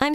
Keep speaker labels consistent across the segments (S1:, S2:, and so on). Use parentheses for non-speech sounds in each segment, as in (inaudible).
S1: I'm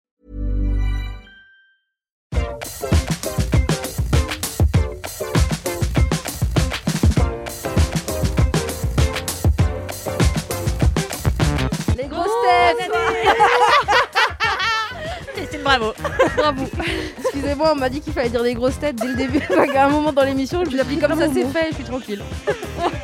S2: Les grosses têtes
S3: Christine, bravo.
S4: Bravo.
S2: Excusez-moi, on m'a dit qu'il fallait dire les grosses têtes dès le début. (laughs) Enfin, à un moment dans l'émission, je me suis dit comme ça c'est fait, je suis tranquille.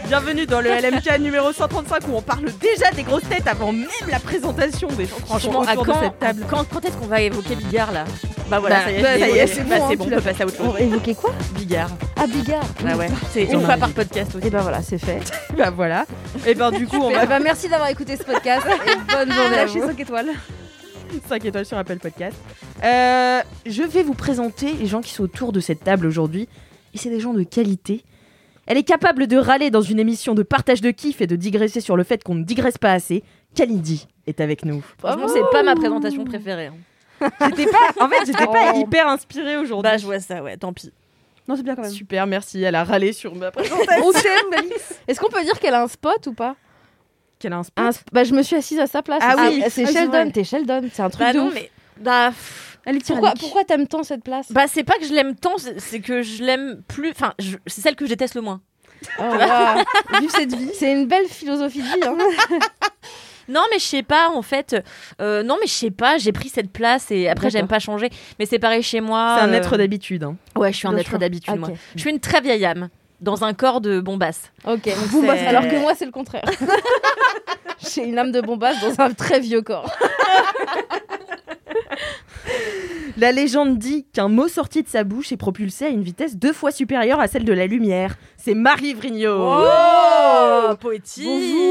S3: Bienvenue dans le LMK numéro 135 où on parle déjà des grosses têtes avant même la présentation des gens qui
S4: Franchement,
S3: sont
S4: à
S3: autour de
S4: quand,
S3: cette table.
S4: quand, quand est-ce qu'on va évoquer Bigard là
S3: Bah voilà,
S2: Bah,
S3: ça y est,
S2: bah, ça y est,
S3: c'est
S2: c'est
S3: bon, bah,
S2: bon,
S3: c'est
S2: hein,
S3: bon,
S2: tu
S3: on
S2: l'as-
S3: peut passer à autre chose.
S2: On évoquer quoi
S3: Bigard.
S2: Ah, Bigard
S3: Bah ouais, c'est
S2: On
S3: une
S2: en
S3: fois
S2: a
S3: par
S2: dit.
S3: podcast aussi.
S2: Et ben voilà, c'est fait.
S3: bah voilà. Et ben du coup, on
S2: Eh
S3: va
S2: ben, merci d'avoir écouté ce podcast (laughs) et bonne journée à
S4: Lâchez
S2: vous. 5
S3: (laughs)
S2: étoiles.
S3: 5 étoiles sur Apple Podcast. Euh, je vais vous présenter les gens qui sont autour de cette table aujourd'hui. Et c'est des gens de qualité. Elle est capable de râler dans une émission de partage de kiff et de digresser sur le fait qu'on ne digresse pas assez. Kalindi est avec nous.
S4: Franchement, c'est pas ma présentation préférée. hein.
S3: J'étais pas, en fait, j'étais pas
S2: Oh.
S3: hyper inspirée aujourd'hui.
S4: Bah, je vois ça, ouais, tant pis.
S3: non, c'est bien quand même. Super, merci. Elle a râlé sur ma présentation.
S2: On t'aime, Malice. Est-ce qu'on peut dire qu'elle a un spot ou pas
S3: Qu'elle a un spot.
S2: Un sp- Bah, je me suis assise à sa place.
S3: Ah oui.
S2: c'est
S3: Ah, c'est vrai.
S2: Sheldon, t'es Sheldon, c'est un truc
S4: Bah,
S2: de
S4: non,
S2: ouf.
S4: mais. Bah, pff,
S3: Elle est
S2: Pourquoi,
S3: tyrannique.
S2: pourquoi t'aimes tant cette place
S4: bah, c'est pas que je l'aime tant, c'est c'est que je l'aime plus. Enfin, je- c'est celle que je déteste le moins.
S2: Oh, wow. (laughs) Vive cette vie. C'est une belle philosophie de vie. hein.
S4: Non, mais je sais pas, en fait. euh, non, mais je sais pas, j'ai pris cette place et après, j'aime
S2: D'accord.
S4: pas changer. Mais c'est pareil chez moi.
S3: C'est un
S4: euh,
S3: être d'habitude. hein.
S4: Ouais, je suis un
S2: Bien
S4: être
S2: sûr.
S4: d'habitude, moi.
S2: Ok.
S4: Je suis une très vieille âme, dans un corps de bombasse.
S2: Ok,
S4: c'est-
S2: bombasse. Alors que moi, c'est le contraire. J'ai une âme de bombasse dans un très vieux corps.
S3: Ah. La légende dit qu'un mot sorti de sa bouche est propulsé à une vitesse deux fois supérieure à celle de la lumière. C'est Marie Vrigno.
S4: Oh, poétique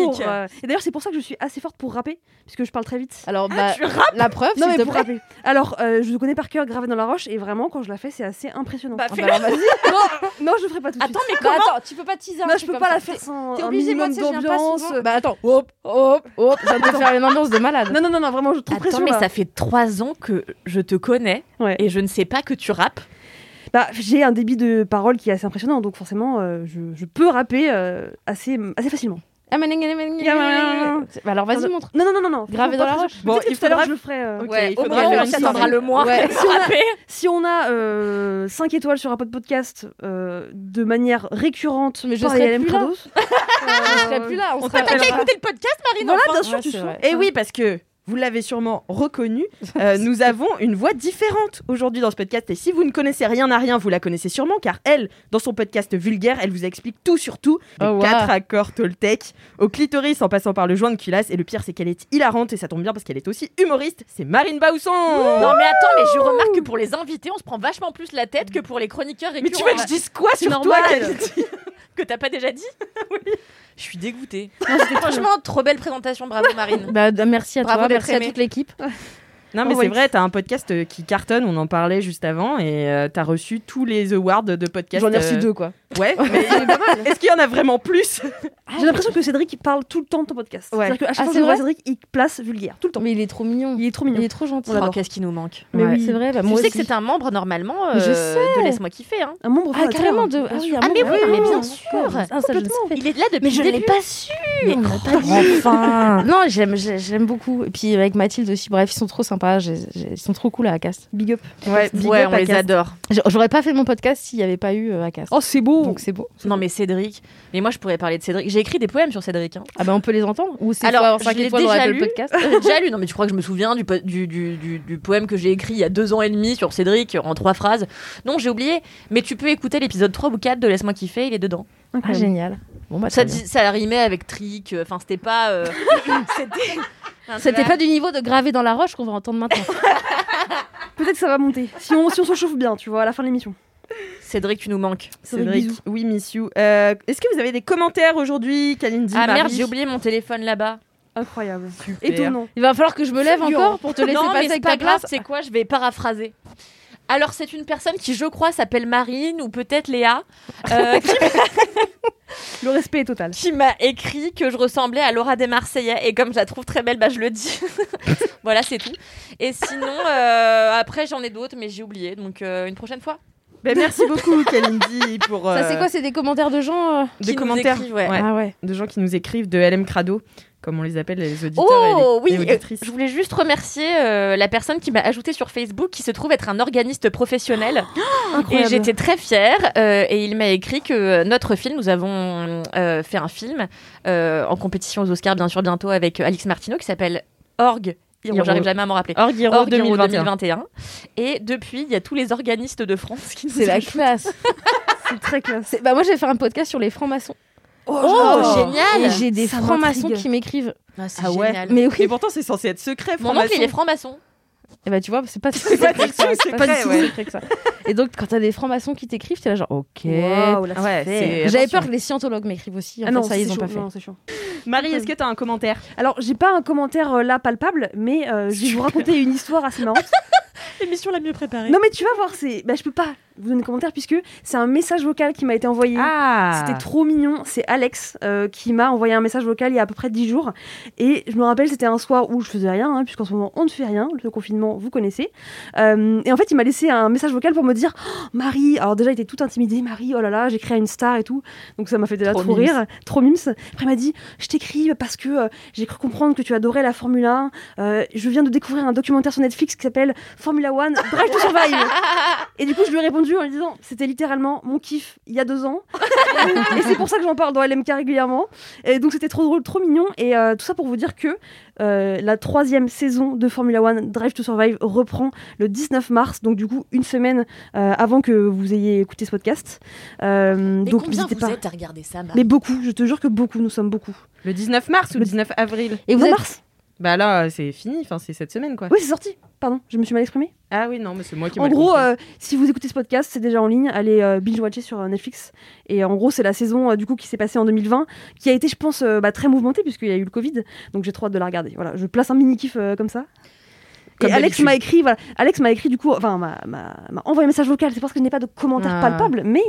S5: Bonjour.
S4: Ah
S5: euh, Et d'ailleurs, c'est pour ça que je suis assez forte pour rapper, puisque je parle très vite.
S2: Alors, bah,
S4: Tu rappes
S2: la preuve,
S5: Non,
S2: s'il
S5: mais
S2: te
S5: pour
S2: plaît.
S5: rapper. Alors, euh, je le connais par cœur, gravé dans la roche, et vraiment, quand je la fais, c'est assez impressionnant.
S4: Bah,
S2: Ah, bah,
S4: fais-le.
S2: alors, vas-y.
S5: non, je le ferai pas tout de suite.
S4: Attends, mais
S2: Bah,
S4: comment
S2: attends, tu peux pas teaser un
S5: Non,
S2: truc
S5: je peux
S2: comme
S5: pas
S2: ça.
S5: la faire sans
S2: T'es
S5: un
S2: obligé, moi,
S5: minimum
S2: tu sais, je viens pas
S5: d'ambiance.
S2: souvent. Bah attends, hop, hop, hop, je viens de te faire une ambiance de malade.
S5: Non, non, non, non, vraiment, je te trouve
S4: Attends,
S5: pression.
S4: mais
S5: là.
S4: ça fait trois ans que je te connais
S5: Ouais.
S4: et je ne sais pas que tu rappes.
S5: Bah, j'ai un débit de parole qui est assez impressionnant, donc forcément, euh, je, je peux rapper euh, assez, assez facilement.
S2: Ah, mais- Bah, alors vas-y, montre.
S5: Non, non, non, non, non.
S2: Gravé
S5: franchement,
S2: dans la
S5: pas
S2: roche.
S5: Bon,
S3: Peut-être que
S5: il faudra
S3: faudra-
S5: je le ferai. euh,
S3: Ok,
S4: Ouais,
S3: il
S4: au
S3: faudra
S4: moment où
S3: faire
S4: on
S3: une
S4: t'attendra
S3: série.
S4: le moins (laughs)
S2: Ouais.
S4: pour rapper.
S5: Si on a 5 étoiles sur un pod- podcast euh, de manière récurrente,
S2: Mais je
S5: par
S2: serais
S5: ILM
S2: plus là. (laughs)
S5: Kratos, euh,
S2: On serait plus là, on,
S3: on
S2: serait
S3: t'appelle-
S2: Ouais,
S4: Écoutez le podcast, Marine.
S5: Voilà,
S4: enfin.
S5: bien sûr,
S2: c'est
S5: tu sens.
S2: vrai.
S3: Eh oui, parce que vous l'avez sûrement reconnu,
S2: (laughs)
S3: euh, nous avons une voix différente aujourd'hui dans ce podcast. Et si vous ne connaissez rien à rien, vous la connaissez sûrement, car elle, dans son podcast vulgaire, elle vous explique tout sur tout. Les
S2: Oh, wow.
S3: quatre accords Toltec, au clitoris en passant par le joint de culasse. Et le pire, c'est qu'elle est hilarante, et ça tombe bien parce qu'elle est aussi humoriste. C'est Marine Bausson
S4: Non mais attends, mais je remarque que pour les invités, on se prend vachement plus la tête que pour les chroniqueurs
S3: Mais
S4: récurrents.
S3: tu veux que je dise quoi sur
S4: normal.
S2: (laughs)
S3: toi, Kalindi
S4: que t'as pas déjà dit Je suis dégoûtée. Franchement, trop belle présentation, bravo (laughs) Marine.
S2: Bah, d- merci à
S4: Bravo
S2: toi,
S4: d'être
S2: merci à
S4: aimé.
S2: toute l'équipe.
S3: Non, mais
S5: Oh,
S3: c'est
S5: oui.
S3: vrai, t'as un podcast euh, qui cartonne, on en parlait juste avant, et euh, t'as reçu tous les awards de podcast.
S2: J'en ai reçu
S3: euh,
S2: deux, quoi.
S3: Ouais, mais est-ce qu'il y en a vraiment plus
S5: J'ai l'impression que Cédric il parle tout le temps de ton podcast.
S3: Ouais.
S5: C'est-à-dire qu'à
S2: Ah,
S5: chaque fois
S2: c'est
S5: que je vois
S2: vrai
S5: Cédric, il place vulgaire tout le temps.
S2: Mais il est trop mignon.
S5: Il est trop
S2: Il
S5: mignon.
S2: est trop gentil.
S4: Oh, qu'est-ce qui nous manque
S5: Mais
S2: Ouais,
S5: oui.
S2: C'est vrai, bah,
S4: Tu
S2: moi
S4: sais que
S2: aussi.
S4: c'est un membre normalement
S2: Mais je
S4: euh,
S2: sais.
S4: de Laisse-moi kiffer. Hein.
S5: Un membre
S2: Ah,
S5: fondateur.
S2: carrément, de...
S5: bien
S2: ah,
S5: sûr.
S2: oui, un
S4: Ah mais
S2: membre.
S4: oui, mais bien
S2: Ah,
S4: sûr.
S2: Ah, ça, je ne savais
S4: Il est là depuis
S2: Mais je
S4: le
S2: l'ai
S4: début.
S2: pas su
S4: Mais
S2: on l'a pas dit.
S3: (laughs)
S2: Non, j'aime j'ai- j'aime beaucoup. Et puis avec Mathilde aussi, bref, ils sont trop sympas. j'ai- j'ai- ils sont trop cool à Acast.
S5: Big up.
S3: Ouais,
S4: Ouais, on les adore.
S2: J'- J'aurais pas fait mon podcast s'il n'y avait pas eu euh, Acast.
S5: Oh, c'est beau.
S2: Donc c'est beau.
S4: Non mais Cédric, mais moi je pourrais parler de Cédric. J'ai écrit des poèmes sur Cédric. hein.
S2: Ah ben on peut les entendre Ou c'est
S4: Alors,
S2: Alors,
S4: je
S2: fois,
S4: l'ai
S2: fois dans
S4: déjà
S2: Apple
S4: lu.
S2: (laughs) Podcast
S4: J'ai (laughs) déjà lu. Non mais tu crois que je me souviens du, po- du, du, du- du poème que j'ai écrit il y a deux ans et demi sur Cédric en trois phrases Non j'ai oublié. Mais tu peux écouter l'épisode 3 ou 4 de Laisse-moi kiffer, il est dedans.
S2: Ah
S5: Incroyable.
S2: génial. Bon bah
S4: Ça,
S2: très bien.
S4: dis- ça rimait avec trick. euh, Enfin c'était
S2: (laughs)
S4: pas. euh, c'était. Enfin, tu
S2: C'était
S4: vois.
S2: pas du niveau de graver dans la roche qu'on va entendre maintenant.
S5: Peut-être que ça va monter. Si on, si on se chauffe bien, tu vois, à la fin de l'émission.
S4: Cédric tu nous manques.
S3: Cédric, oui, miss you. Euh, Est-ce que vous avez des commentaires aujourd'hui, Kalindi
S4: Ah
S3: Marie
S4: merde j'ai oublié mon téléphone là-bas.
S5: Incroyable.
S3: Super.
S5: Étonnant.
S2: (laughs) Il va falloir que je me lève
S4: Fuyant.
S2: encore pour te laisser
S4: non, mais
S2: passer
S4: c'est
S2: avec
S4: pas
S2: ta
S4: grave,
S2: classe.
S4: c'est quoi Je vais paraphraser. Alors, c'est une personne qui, je crois, s'appelle Marine ou peut-être Léa,
S2: (laughs)
S4: euh, qui,
S5: Le respect est total.
S4: qui m'a écrit que je ressemblais à Laura des Marseillais. Et comme je la trouve très belle, bah, je le dis. (laughs) voilà, c'est tout. Et sinon, euh, après, j'en ai d'autres, mais j'ai oublié. Donc, euh, une prochaine fois.
S3: Ben, merci beaucoup, Kalindi, pour euh,
S2: Ça, c'est quoi C'est des commentaires de gens euh
S4: Qui
S3: des
S4: nous
S3: commentaires
S4: écrivent, ouais.
S2: Ah ouais.
S3: de gens qui nous écrivent de LM Crado, comme on les appelle les auditeurs
S4: Oh
S3: et les,
S4: oui,
S3: les
S4: euh,
S3: auditrices.
S4: je voulais juste remercier euh, la personne qui m'a ajouté sur Facebook, qui se trouve être un organiste professionnel. et
S5: Incroyable.
S4: j'étais très fière. euh, et il m'a écrit que euh, notre film, nous avons euh, fait un film euh, en compétition aux Oscars, bien sûr, bientôt avec euh, Alix Martineau, qui s'appelle Orgue.
S3: Hero.
S4: J'arrive jamais à m'en rappeler.
S3: Org Hero
S4: Orgue Hero
S3: 2021.
S4: 2021. Et depuis, il y a tous les organistes de France qui
S2: (laughs)
S4: nous
S2: C'est la
S4: ajoutent.
S2: classe.
S5: C'est très classe.
S2: C'est- Bah moi, j'ai fait un podcast sur les francs-maçons.
S4: Oh,
S3: Oh,
S4: génial
S2: Et j'ai des
S5: Ça
S2: francs-maçons
S5: m'intrigue.
S2: qui m'écrivent.
S4: Ah, c'est
S3: Ah ouais.
S4: génial.
S2: Mais
S3: Et
S2: oui.
S3: pourtant, c'est censé être secret,
S4: Mon oncle, il est
S3: franc-maçon.
S4: franc-maçon.
S2: Et bah tu vois, c'est pas si secret
S3: pas
S2: que ça,
S3: du tout
S2: c'est pas
S3: secret,
S2: si
S3: ouais.
S2: secret que ça. Et donc, quand t'as des francs-maçons qui t'écrivent, t'es là genre, ok.
S5: Waouh, là, c'est
S3: Ouais,
S5: fait.
S3: c'est-
S2: J'avais
S3: attention.
S2: peur que les scientologues m'écrivent aussi. En
S5: Ah non,
S2: fait, ça, ils
S5: c'est
S2: ont pas
S5: chaud.
S2: fait.
S5: Non, c'est chaud.
S3: Marie, est-ce que t'as un commentaire
S5: Alors, j'ai pas un commentaire euh, là palpable, mais euh, je vais vous raconter une histoire assez marrante.
S4: L'émission la mieux préparée.
S5: non, mais tu vas voir, c'est. Bah, je peux pas vous donner de commentaire puisque c'est un message vocal qui m'a été envoyé.
S3: Ah
S5: C'était trop mignon. C'est Alex euh, qui m'a envoyé un message vocal il y a à peu près 10 jours. Et je me rappelle, c'était un soir où je faisais rien, hein, puisqu'en ce moment, on ne fait rien. Le confinement, vous connaissez. Euh, et en fait, il m'a laissé un message vocal pour me dire Oh, Marie, alors déjà, il était tout intimidé. Marie, oh là là, j'ai créé une star et tout. Donc ça m'a fait déjà
S4: Trop
S5: trop,
S4: mims.
S5: rire, trop mims. Après, il m'a dit Je t'écris parce que euh, j'ai cru comprendre que tu adorais la Formule 1. Euh, je viens de découvrir un documentaire sur Netflix qui s'appelle Formula One, Drive to Survive. et du coup, je lui ai répondu en lui disant C'était littéralement mon kiff il y a deux ans. et c'est pour ça que j'en parle dans LMK régulièrement. Et donc, c'était trop drôle, trop mignon. Et euh, tout ça pour vous dire que euh, la troisième saison de Formula One, Drive to Survive, reprend le 19 mars. Donc, du coup, une semaine euh, avant que vous ayez écouté ce podcast. Euh,
S4: Mais
S5: donc,
S4: combien
S5: n'hésitez
S4: vous
S5: pas.
S4: êtes à regarder ça, Marie
S5: Mais beaucoup, je te jure que beaucoup, nous sommes beaucoup.
S3: Le 19 mars ou le
S5: Le-
S3: 19 avril
S2: Et vous
S5: Non,
S2: êtes
S5: mars
S3: Bah là, c'est fini, enfin, c'est cette semaine, quoi.
S5: Oui, c'est sorti. Pardon, je me suis mal exprimée.
S3: Ah oui, non, mais c'est moi qui
S5: En
S3: mal
S5: gros,
S3: compris.
S5: euh, si vous écoutez ce podcast, c'est déjà en ligne. Allez euh, binge-watcher sur euh, Netflix. Et en gros, c'est la saison euh, du coup qui s'est passée en 2020, qui a été, je pense, euh, bah, très mouvementée puisqu'il y a eu le Covid. Donc j'ai trop hâte de la regarder. Voilà, je place un mini kiff comme ça.
S3: Comme
S5: et Alex
S3: d'habitude.
S5: m'a écrit, voilà, Alex m'a écrit du coup, enfin m'a- m'a m'a envoyé un message vocal. C'est parce que je n'ai pas de commentaire
S3: Ah.
S5: palpable, mais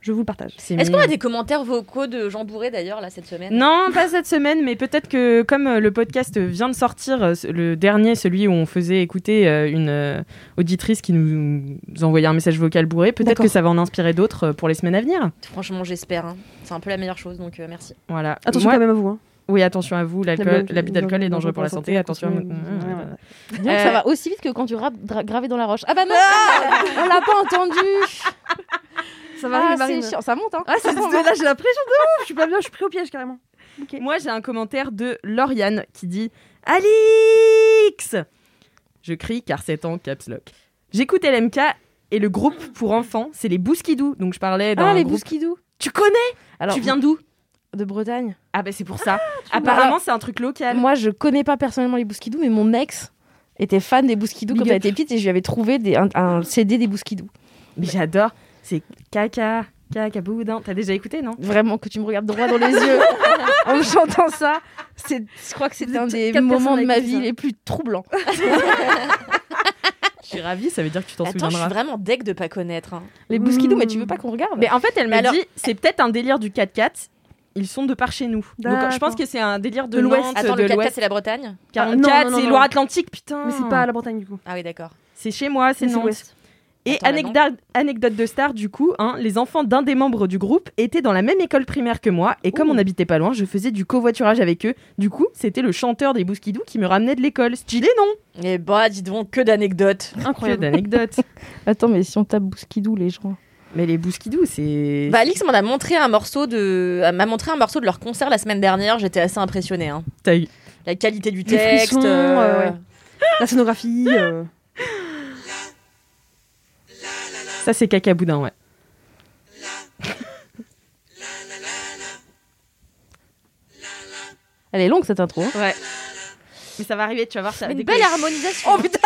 S5: je vous le partage.
S4: Est-ce qu'on a des commentaires vocaux de Jean Bourré d'ailleurs là cette semaine
S3: Non, pas cette semaine, mais peut-être que comme euh, le podcast vient de sortir, euh, ce- le dernier, celui où on faisait écouter euh, une euh, auditrice qui nous envoyait un message vocal bourré, peut-être
S5: D'accord.
S3: que ça va en inspirer d'autres euh, pour les semaines à venir.
S4: Franchement, j'espère. hein. C'est un peu la meilleure chose, donc euh, merci.
S3: Voilà.
S5: Attention
S3: Moi-
S5: quand même euh, à vous. Hein.
S3: Oui, attention à vous, l'alcool- l'abus d'alcool est dangereux pour la santé. Attention. Mm,
S5: Consommer-
S3: à-
S5: Ouais, ouais, ouais.
S2: Dis donc,
S4: Euh,
S2: ça va aussi vite que quand tu rapes dra- gravé dans la roche. Ah bah non On l'a pas entendu
S5: Ça va,
S2: ah,
S5: les
S2: c'est
S5: marines.
S2: chiant. Ça monte, hein
S5: Ah, c'est c'est- là, j'ai la pression de ouf. Je suis pas bien, je suis pris au piège carrément.
S3: Moi, j'ai un commentaire de Lauriane qui dit Alix Je crie car c'est en caps lock. J'écoute LMK et le groupe pour enfants, c'est les Bouskidou. Donc je parlais d'un
S2: Ah, les
S3: groupe.
S2: bousquidous
S3: Tu connais
S2: Alors,
S3: Tu viens d'où
S2: de Bretagne
S3: Ah bah c'est pour ça. Apparemment, c'est un truc local.
S2: Moi, je connais pas personnellement les bousquidous, mais mon ex était fan des bousquidous quand
S3: Big
S2: elle
S3: up.
S2: était petite et je lui avais trouvé des- un, un CD des bousquidous.
S3: Mais j'adore. C'est caca, caca boudin. T'as déjà écouté, non
S2: Vraiment, que tu me regardes droit dans les yeux en me chantant ça, c'est- je crois que c'était un des
S5: quatre
S2: moments
S5: personnes
S2: de
S5: à
S2: ma
S5: écouter
S2: vie
S5: ça.
S2: les plus troublants.
S3: Je suis ravie, ça veut dire que tu t'en
S4: Attends, je suis
S3: souviendras.
S4: vraiment deg de pas connaître. hein.
S2: Les
S5: Mmh.
S2: bousquidous, Hmm. mais tu veux pas qu'on regarde
S3: Mais en fait, elle m'a
S4: Alors-
S3: dit c'est peut-être un délire du 4x4. Ils sont de par chez nous. Donc je pense
S5: D'accord.
S3: que c'est un délire de,
S5: De l'Ouest.
S3: Nantes,
S4: Attends, le
S3: de
S4: 4
S3: l'Ouest.
S4: c'est la Bretagne
S3: 44,
S5: non, non,
S3: c'est
S5: non.
S3: Loire-Atlantique, putain.
S5: Mais c'est pas à la Bretagne du coup.
S4: Ah oui, d'accord.
S3: C'est chez moi, c'est
S5: Mais c'est
S3: Nantes.
S5: l'Ouest.
S3: Et
S4: Attends, là,
S3: anecdote, anecdote de star, du coup, hein, les enfants d'un des membres du groupe étaient dans la même école primaire que moi. Et comme on n'habitait pas loin, je faisais du covoiturage avec eux. Du coup, c'était le chanteur des Bouskidou qui me ramenait de l'école. Stylé, non
S4: Et bah, dis donc, que d'anecdotes.
S3: Que
S5: Incroyable.
S3: d'anecdotes.
S2: Attends, mais si on tape bousquidous, les gens.
S3: Mais les Bouskidou, c'est.
S4: Bah, Alix m'en a montré un morceau de, elle m'a montré un morceau de leur concert la semaine dernière. J'étais assez impressionnée. hein.
S3: T'as eu-
S4: La qualité du
S5: Les
S4: texte.
S5: frissons,
S4: euh,
S5: euh, La scénographie. euh,
S3: Ça, c'est cacaboudin, ouais.
S2: Elle est longue cette intro. hein.
S3: Ouais. Mais ça va arriver, tu vas voir ça. va
S4: Une
S3: décoller.
S4: belle harmonisation. Oh (laughs) putain.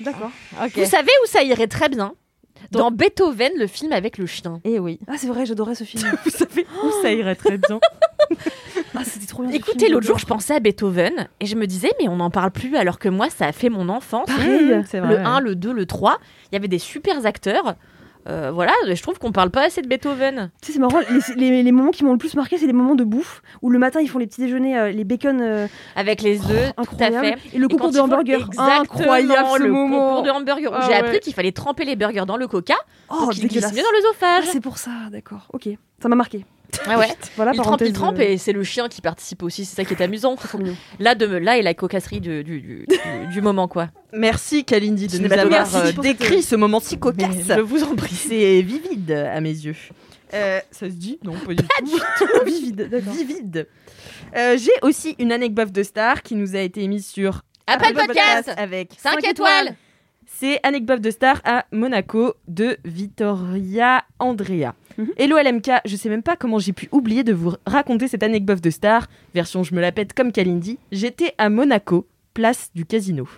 S5: D'accord.
S2: Ok.
S5: Ah,
S4: Vous savez où ça irait très bien dans Beethoven, le film avec le chien.
S2: Et oui.
S5: Ah, c'est vrai, j'adorais ce film.
S3: Vous savez où ça irait très bien.
S5: Ah, c'était trop bien. ce
S4: Écoutez,
S5: film.
S4: l'autre jour, je pensais à Beethoven et je me disais, mais on n'en parle plus alors que moi, ça a fait mon enfance.
S5: Ah,
S3: Pareil, c'est vrai.
S4: Le 1, le 2, le 3. Il y avait des super acteurs. Euh, voilà, je trouve qu'on parle pas assez de Beethoven.
S5: Tu sais, c'est marrant, les, les- les moments qui m'ont le plus marqué, c'est les moments de bouffe où le matin ils font les petits déjeuners, euh, les bacon euh,
S4: Avec les œufs, tout à fait.
S5: incroyables. Et le
S4: Et quand
S5: concours de
S4: ils font
S5: hamburger.
S4: exactement
S5: Incroyable ce
S4: le
S5: moment.
S4: concours de hamburger.
S3: Ah
S4: J'ai
S3: ouais.
S4: appris qu'il fallait tremper les burgers dans le coca
S5: Oh,
S4: pour qu'ils glissent
S5: dégueulasse.
S4: mieux dans
S5: Ah,
S4: l'œsophage.
S5: c'est pour ça, d'accord. Ok, ça m'a marqué.
S4: Ah ouais.
S5: Voilà,
S4: Il trempe, il
S5: parenthèse,
S4: trempe
S5: euh,
S4: et c'est le chien qui participe aussi, c'est ça qui est amusant.
S5: trop mignon.
S4: Là, de, là est la cocasserie du, du, du, du- du moment quoi.
S3: Merci Kalindi de
S4: Ce
S3: nous
S4: n'est pas
S3: avoir
S4: tout.
S3: euh,
S4: Merci
S5: pour
S3: décrit
S5: tes-
S3: ce moment si cocasse.
S4: Je vous en prie.
S3: C'est vivide à mes yeux. Euh, ça se dit Non, pas du tout.
S5: Vivide, d'accord.
S3: Vivide. Euh, J'ai aussi une anecdote de star qui nous a été émise sur
S4: Appel Podcast
S3: avec
S4: 5
S3: cinq
S4: étoiles
S3: C'est anecdote de star à Monaco de Vittoria Andrea.
S5: Mhm.
S3: Hello LMK, je sais même pas comment j'ai pu oublier de vous raconter cette anecdote de star, version je me la pète comme Kalindi. J'étais à Monaco, place du casino.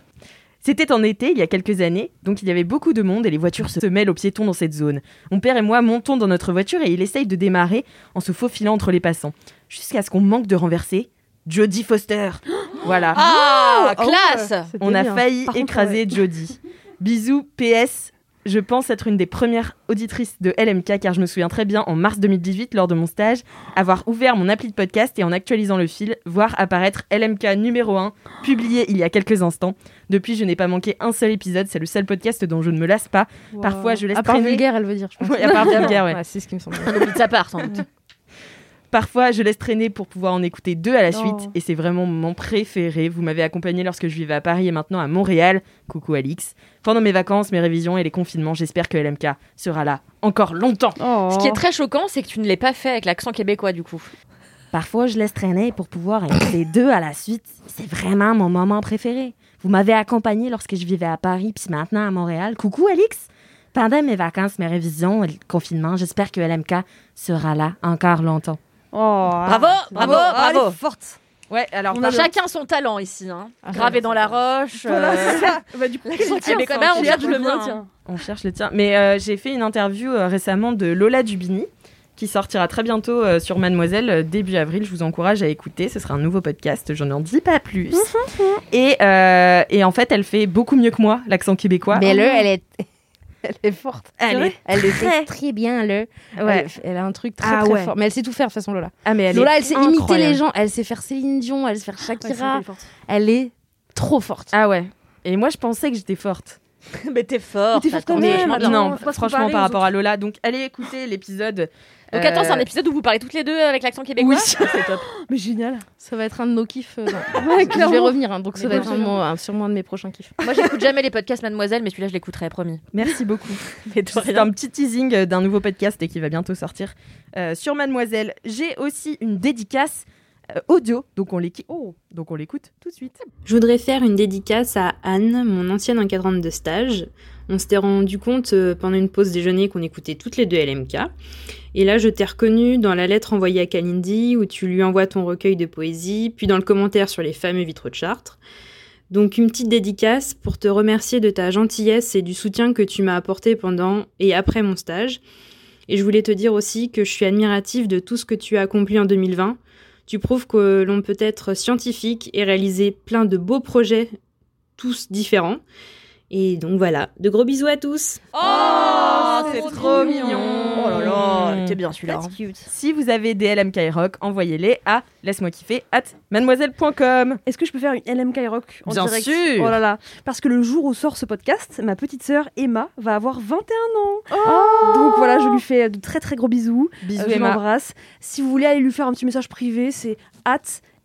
S3: C'était en été, il y a quelques années, donc il y avait beaucoup de monde et les voitures se mêlent aux piétons dans cette zone. Mon père et moi montons dans notre voiture et il essaye de démarrer en se faufilant entre les passants. Jusqu'à ce qu'on manque de renverser Jodie Foster. voilà.
S4: Ah,
S5: Oh,
S4: classe
S5: ouais, c'était
S3: On a
S5: bien.
S3: failli
S5: Par contre,
S3: écraser
S5: ouais. (laughs)
S3: Jodie. Bisous, PS. Je pense être une des premières auditrices de LMK car je me souviens très bien en mars 2018 lors de mon stage avoir ouvert mon appli de podcast et en actualisant le fil voir apparaître LMK numéro 1 publié il y a quelques instants. Depuis je n'ai pas manqué un seul épisode, c'est le seul podcast dont je ne me lasse pas. Parfois, je laisse
S2: À part
S3: traîner.
S2: vulgaire, elle veut dire, je pense.
S3: Ouais, à part vulgaire, ouais.
S2: c'est ce qui me
S4: (laughs)
S2: semble.
S4: Un oubli de sa part sans doute.
S3: Parfois je laisse traîner pour pouvoir en écouter deux à la
S5: Oh.
S3: suite et c'est vraiment mon préféré. Vous m'avez accompagné lorsque je vivais à Paris et maintenant à Montréal. Coucou Alix. Pendant mes vacances, mes révisions et les confinements, j'espère que LMK sera là encore longtemps.
S4: Ce
S5: Oh.
S4: qui est très choquant, c'est que tu ne l'aies pas fait avec l'accent québécois du coup.
S6: Parfois, je laisse traîner pour pouvoir les (coughs) deux à la suite. C'est vraiment mon moment préféré. Vous m'avez accompagné lorsque je vivais à Paris, puis maintenant à Montréal. Coucou, Alix! Pendant mes vacances, mes révisions et le confinement, j'espère que LMK sera là encore longtemps.
S4: (laughs) Bravo, bravo,
S5: Oh, Ah, elle est
S4: bravo
S5: forte.
S3: Ouais, alors
S5: On a-
S4: Chacun son talent ici. Hein.
S2: Ah,
S4: Gravé
S2: ouais,
S4: dans la roche. euh,
S5: Bah, du coup,
S4: L'accent
S5: quel-
S4: québécois,
S5: quel-
S4: bah, on cherche le
S5: quel-
S4: mien,
S5: quel-
S4: hein.
S3: on cherche le tien. Mais euh, j'ai fait une interview euh, récemment de Lola Dubini qui sortira très bientôt euh, sur Mademoiselle euh, début avril. Je vous encourage à écouter. Ce sera un nouveau podcast. Je n'en dis pas plus.
S4: Mm-hmm.
S3: et, euh, et en fait, elle fait beaucoup mieux que moi l'accent québécois.
S6: Mais le, elle est,
S2: Elle est forte.
S3: Elle est-
S6: elle le fait très bien, le.
S2: Ouais. Elle, elle a un truc très
S3: Ah
S2: très
S3: ouais.
S2: fort. Mais elle sait tout faire de toute façon, Lola.
S3: Ah, mais elle
S2: Lola,
S3: est
S2: elle sait imiter
S3: incroyable.
S2: les gens. Elle sait faire Céline Dion, elle sait faire
S5: Ouais, c'est
S2: Shakira.
S5: vrai, elle est forte.
S2: elle est trop forte.
S3: Ah ouais. Et moi, je pensais que j'étais forte.
S4: Mais t'es fort.
S5: Mais t'es
S4: t'attends,
S5: forte quand
S4: Ah, mais
S5: même,
S4: vachement bien.
S5: attends.
S3: non,
S5: faut pas se
S3: franchement,
S5: comparer
S3: par
S5: aux
S3: rapport à Lola. Donc, allez écouter l'épisode.
S4: Donc
S3: euh,
S4: attends, c'est un épisode où vous parlez toutes les deux avec l'accent québécois
S3: Oui.
S4: C'est top.
S5: Mais génial.
S2: Ça va être un de nos kiffs. euh, dans- je vais
S5: clairement.
S2: revenir, hein, donc ça
S5: Mais
S2: va
S5: non,
S2: être un,
S5: c'est
S2: de mon- un- sûrement un de mes prochains kiffs.
S4: (laughs) Moi, j'écoute jamais les podcasts Mademoiselle, mais celui-là, je l'écouterai, promis.
S3: Merci beaucoup.
S4: Mais de
S3: C'est
S4: rien.
S3: un petit teasing euh, d'un nouveau podcast et qui va bientôt sortir euh, sur Mademoiselle. J'ai aussi une dédicace euh, audio, donc on l'équi- oh, donc on l'écoute tout de suite.
S7: Je voudrais faire une dédicace à Anne, mon ancienne encadrante de stage. On s'était rendu compte euh, pendant une pause déjeuner qu'on écoutait toutes les deux LMK. Et là, je t'ai reconnue dans la lettre envoyée à Kalindi où tu lui envoies ton recueil de poésie, puis dans le commentaire sur les fameux vitraux de Chartres. Donc une petite dédicace pour te remercier de ta gentillesse et du soutien que tu m'as apporté pendant et après mon stage. Et je voulais te dire aussi que je suis admirative de tout ce que tu as accompli en 2020 tu prouves que l'on peut être scientifique et réaliser plein de beaux projets, tous différents. Et donc voilà, de gros bisous à tous
S4: Oh,
S3: Ah, c'est trop mignon.
S4: Oh là là, il était bien celui-là. hein.
S3: Si vous avez des LMK rock, envoyez-les à laisse-moi kiffer at mademoiselle.com.
S5: Est-ce que je peux faire une LMK Rock en
S3: Bien
S5: direct
S3: sûr.
S5: Oh là là Parce que le jour où sort ce podcast, ma petite sœur Emma va avoir 21 ans. Donc voilà, je lui fais de très très gros bisous.
S3: Bisous
S5: Euh, je
S3: Emma.
S5: l'embrasse. Si vous voulez aller lui faire un petit message privé, c'est at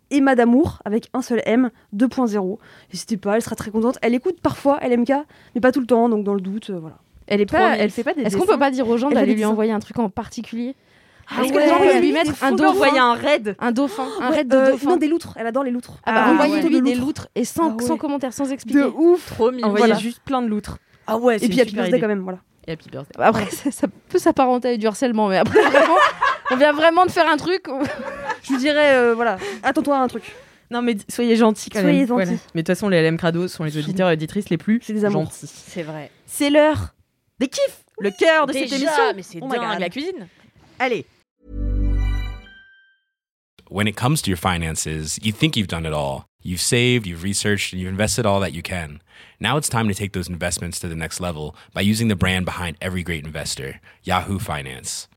S5: Emma d'amour avec un seul M 2.0. N'hésitez pas, elle sera très contente. Elle écoute parfois LMK, mais pas tout le temps, donc dans le doute, euh, voilà.
S3: Elle est
S4: Trop
S3: pas,
S4: mignon.
S3: elle fait pas des.
S2: Est-ce qu'on peut pas dire aux gens
S5: Elle fait
S2: d'aller
S5: des
S2: lui
S5: dessins.
S2: envoyer un truc en particulier
S5: Ah
S2: Est-ce que
S5: ouais.
S2: les gens peuvent
S5: Des
S2: lui mettre un
S5: fous
S2: dauphin
S3: envoyer un raid
S2: Un dauphin, un
S5: Ouais,
S2: raid de
S5: euh,
S2: dauphin.
S5: Non, des loutres, elle adore les loutres.
S2: Ah bah,
S3: Ah,
S2: envoyez-lui
S5: ouais.
S2: des loutres et sans,
S5: Ah ouais.
S2: sans commentaire, sans expliquer.
S5: De ouf
S4: Trop mignon.
S3: Envoyez
S4: Voilà.
S3: juste plein de loutres.
S4: Ah ouais,
S5: Et puis Happy Birthday quand même, voilà.
S3: Et Happy Birthday.
S5: Ah
S2: Après, ça, ça peut s'apparenter à du harcèlement, mais après, (laughs) vraiment, on vient vraiment de faire un truc. où-
S5: (laughs) Je lui dirais, euh, voilà, attends-toi à un truc.
S3: Non mais d- soyez gentils quand
S5: Soyez
S3: même.
S5: gentils.
S3: Mais de toute façon les LM Crado sont les auditeurs et auditrices les plus
S5: C'est des amours.
S3: gentils.
S4: C'est vrai.
S3: C'est l'heure des kiffs. le cœur de cette
S4: Déjà,
S3: émission.
S4: mais c'est
S3: Oh my
S4: dingue,
S3: God.
S4: la cuisine.
S3: Allez,
S8: when it comes to your finances, you think you've done it all. You've saved, you've researched, and you've invested all that you can. Now it's time to take those investments to the next level by using the brand behind every great investor, Yahoo Finance.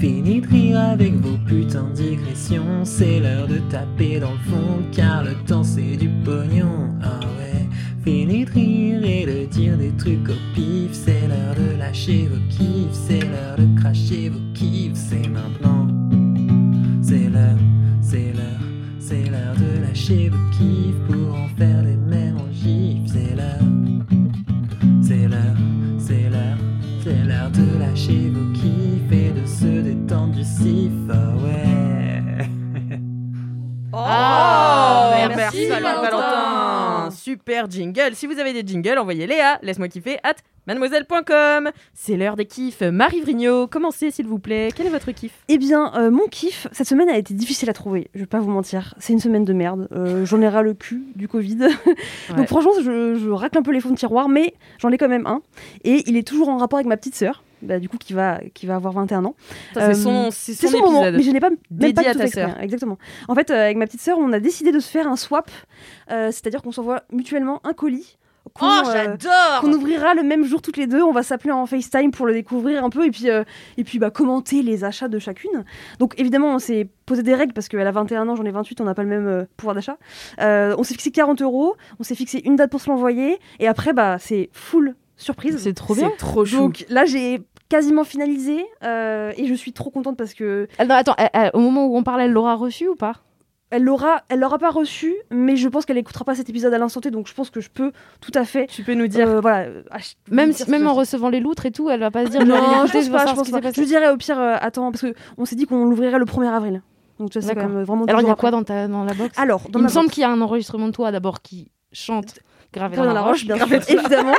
S9: Fini de rire avec vos putains de digressions, c'est l'heure de taper dans le fond car le temps c'est du pognon. Ah ouais, fini de rire et de dire des trucs au pif, c'est l'heure de lâcher vos kiffs, c'est l'heure de cracher vos kiffs, c'est maintenant. C'est l'heure, c'est l'heure, c'est l'heure de lâcher vos kiffs pour en faire des mêmes en gif, c'est l'heure, c'est l'heure, c'est l'heure. C'est l'heure de lâcher vos kiffs et de se détendre du sif, ah ouais.
S3: Oh,
S4: merci,
S3: Valentin.
S4: Valentin.
S3: Super jingle. Si vous avez des jingles, envoyez-les à laisse-moi kiffer at mademoiselle.com. C'est l'heure des kiffs. Marie Vrigno, commencez s'il vous plaît. Quel est votre kiff
S5: Eh bien, euh, mon kiff, cette semaine a été difficile à trouver, je vais pas vous mentir. C'est une semaine de merde. Euh, j'en ai ras le cul du Covid. (laughs)
S3: Ouais.
S5: Donc, franchement, je, je racle un peu les fonds de tiroir, mais j'en ai quand même un. Et il est toujours en rapport avec ma petite sœur, bah, du coup, qui va, qui va avoir 21 ans.
S3: Ça, C'est
S5: Euh,
S3: son, c'est son
S5: C'est son
S3: épisode.
S5: moment, mais je n'ai pas même pas
S3: Dédié
S5: du
S3: à
S5: tout
S3: ta
S5: fait exprès, Exactement. En fait, euh, avec ma petite sœur, on a décidé de se faire un swap, euh, c'est-à-dire qu'on s'envoie mutuellement un colis. qu'on,
S4: Oh,
S5: euh,
S3: Ah,
S4: j'adore.
S5: qu'on ouvrira le même jour toutes les deux. On va s'appeler en FaceTime pour le découvrir un peu et puis, euh, et puis bah, commenter les achats de chacune. Donc évidemment, on s'est posé des règles parce qu'elle a 21 ans, j'en ai 28, on n'a pas le même euh, pouvoir d'achat. Euh, on s'est fixé 40 euros, on s'est fixé une date pour se l'envoyer et après, bah, c'est full surprise.
S2: C'est trop bien.
S3: trop
S5: Donc là, j'ai quasiment finalisé euh, et je suis trop contente parce que
S2: (laughs) Ah, non, attends, elle- elle- au moment où on parle, elle l'aura reçu ou pas
S5: elle l'aura, elle l'aura pas reçu, mais je pense qu'elle écoutera pas cet épisode à l'instant T, donc je pense que je peux tout à fait.
S3: Tu peux nous dire.
S5: euh, voilà, euh, ach-
S2: Même,
S5: dire
S2: si-
S5: ce que
S2: même
S5: je-
S2: en recevant les loutres et tout, elle va pas se dire je vais aller
S5: Non, je
S2: écouter,
S5: pense
S2: veux
S5: pas, je
S2: savoir ce
S5: pense
S2: qui s'est
S5: pas. Je
S2: passé.
S5: lui dirais au pire, euh, attends, parce que on s'est dit qu'on l'ouvrirait le 1er avril. Donc tu vois, c'est quand
S2: D'accord.
S5: même vraiment
S2: Alors,
S5: deux
S2: il y a
S5: jours
S2: quoi
S5: après.
S2: dans, ta, dans la box
S5: Alors, dans
S2: Il me
S5: ma
S2: semble qu'il y a un enregistrement de toi d'abord qui chante gravé
S5: Gravé dans la roche, bien sûr,
S2: (laughs)
S5: évidemment,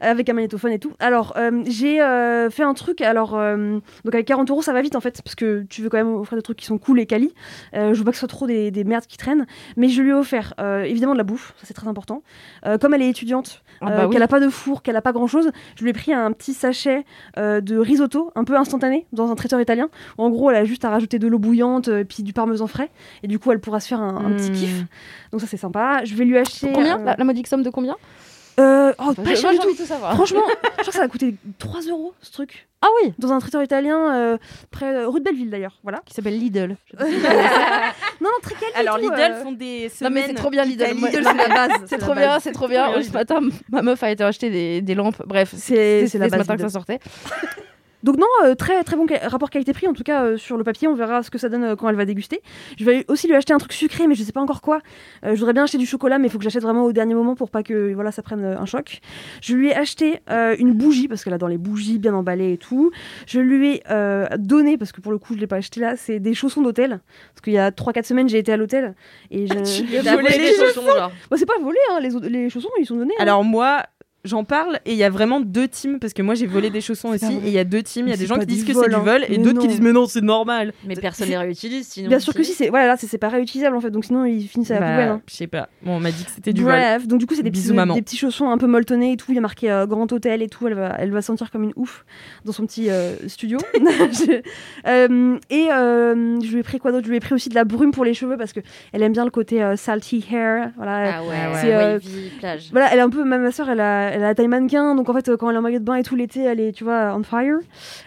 S5: avec un magnétophone et tout. Alors, euh, j'ai euh, fait un truc, alors, euh, donc avec 40 euros, ça va vite en fait, parce que tu veux quand même offrir des trucs qui sont cool et quali. Euh, je veux pas que ce soit trop des, des merdes qui traînent, mais je lui ai offert euh, évidemment de la bouffe, ça c'est très important. Euh, comme elle est étudiante,
S2: Ah
S5: euh,
S2: bah oui.
S5: qu'elle a pas de four, qu'elle a pas grand chose, je lui ai pris un petit sachet euh, de risotto, un peu instantané, dans un traiteur italien. En gros, elle a juste à rajouter de l'eau bouillante euh, et puis du parmesan frais, et du coup, elle pourra se faire un, un petit
S3: Hmm.
S5: kiff. Donc ça c'est sympa. Je vais lui acheter.
S2: Combien Bah,
S5: euh,
S2: la, la modique somme de combien
S5: euh, oh,
S2: Moi,
S5: pas
S2: j'ai
S5: cher du
S2: (laughs)
S5: tout.
S2: envie de savoir.
S5: Franchement, (laughs) je crois que ça a coûté 3 euros ce truc.
S2: Ah oui
S5: Dans un traiteur italien, euh, près euh, rue de Belleville d'ailleurs. Voilà.
S2: Qui s'appelle Lidl.
S5: Non, non, très quali. et
S3: Alors
S5: tout,
S3: Lidl
S5: euh,
S3: font des
S2: Non,
S3: semaines.
S2: mais c'est trop bien Lidl.
S3: Lidl,
S2: Moi,
S3: c'est
S2: non,
S3: la base.
S2: C'est
S3: la
S2: trop
S3: base.
S2: bien, c'est trop bien.
S3: trop bien,
S2: Ce matin, ma meuf a été acheter des, des lampes. Bref,
S5: C'est c'est la
S2: ce
S5: base.
S2: matin que
S5: Lidl.
S2: ça sortait.
S5: Donc non, euh, très très bon quali- rapport qualité-prix en tout cas euh, sur le papier, on verra ce que ça donne euh, quand elle va déguster. Je vais aussi lui acheter un truc sucré mais je sais pas encore quoi. Euh, je voudrais bien acheter du chocolat mais il faut que j'achète vraiment au dernier moment pour pas que voilà, ça prenne euh, un choc. Je lui ai acheté euh, une bougie parce que là dans les bougies bien emballées et tout. Je lui ai euh, donné parce que pour le coup, je l'ai pas acheté là, c'est des chaussons d'hôtel parce qu'il y a 3 4 semaines, j'ai été à l'hôtel et
S3: Ah,
S5: je
S4: T'as
S3: Voler
S4: volé
S3: les
S4: les chaussons, genre.
S5: Bah, c'est pas volé hein, les, au- les chaussons ils sont donnés. hein.
S3: Alors moi, j'en parle et il y a vraiment deux teams parce que moi j'ai volé des chaussons
S5: C'est
S3: aussi
S5: pas vrai.
S3: et il y a deux teams. Il y a
S5: Mais
S3: des
S5: c'est
S3: gens
S5: pas
S3: qui
S5: du
S3: disent que
S5: vol,
S3: c'est du
S5: hein.
S3: vol et
S5: Mais
S3: d'autres qui
S5: non.
S3: disent mais non c'est normal.
S4: Mais (laughs) personne les réutilise sinon.
S5: bien sûr que si
S4: c'est-
S5: c'est voilà, c'est c'est pas réutilisable en fait. Donc sinon ils finissent à la
S3: Bah,
S5: poubelle. hein.
S3: Je sais pas. Bon, on m'a dit que c'était du vol.
S5: Bref, donc du coup c'est des,
S3: Bisous,
S5: petits-
S3: maman.
S5: des petits chaussons un peu molletonnés et tout. Il y a marqué euh, Grand Hôtel et tout. Elle va, elle va sentir comme une ouf dans son petit euh,
S3: (laughs)
S5: studio. (laughs) Je- euh, et euh, je lui ai pris quoi d'autre Je lui ai pris aussi de la brume pour les cheveux parce que elle aime bien le côté euh, salty hair. Voilà.
S4: Ah
S3: ouais,
S4: ouais,
S5: c'est, euh,
S4: wavy, plage.
S5: Voilà, elle est un peu, même ma soeur, elle a, elle a la taille mannequin, donc en fait, euh, quand elle est en maillot de bain et tout l'été, elle est, tu vois, on fire.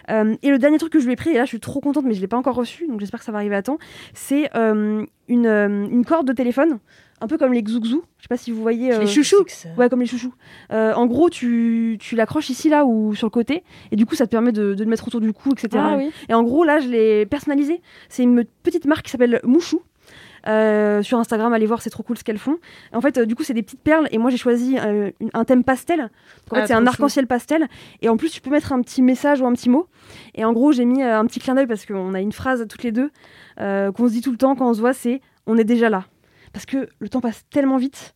S5: Euh, et le dernier truc que je lui ai pris, et là, je suis trop contente, mais je l'ai pas encore reçu, donc j'espère que ça va arriver à temps, c'est euh, une, euh, une corde de téléphone, un peu comme les Xouzou. Je sais pas si vous voyez. euh,
S3: chouchous.
S5: Ouais, comme les chouchous. Euh, en gros, tu, tu l'accroches ici, là, ou sur le côté, et du coup, ça te permet de, de le mettre autour du cou, etc.
S2: Ah oui.
S5: Et en gros, là, je l'ai personnalisé. C'est une petite marque qui s'appelle Mouchou. Euh, sur Instagram, allez voir, c'est trop cool ce qu'elles font. En fait, euh, du coup, c'est des petites perles. Et moi, j'ai choisi euh, une- un thème pastel. Donc, en fait,
S3: Ah,
S5: c'est un
S3: trop
S5: arc-en-ciel pastel. Et en plus, tu peux mettre un petit message ou un petit mot. Et en gros, j'ai mis euh, un petit clin d'œil parce qu'on a une phrase toutes les deux euh, qu'on se dit tout le temps quand on se voit c'est on est déjà là. Parce que le temps passe tellement vite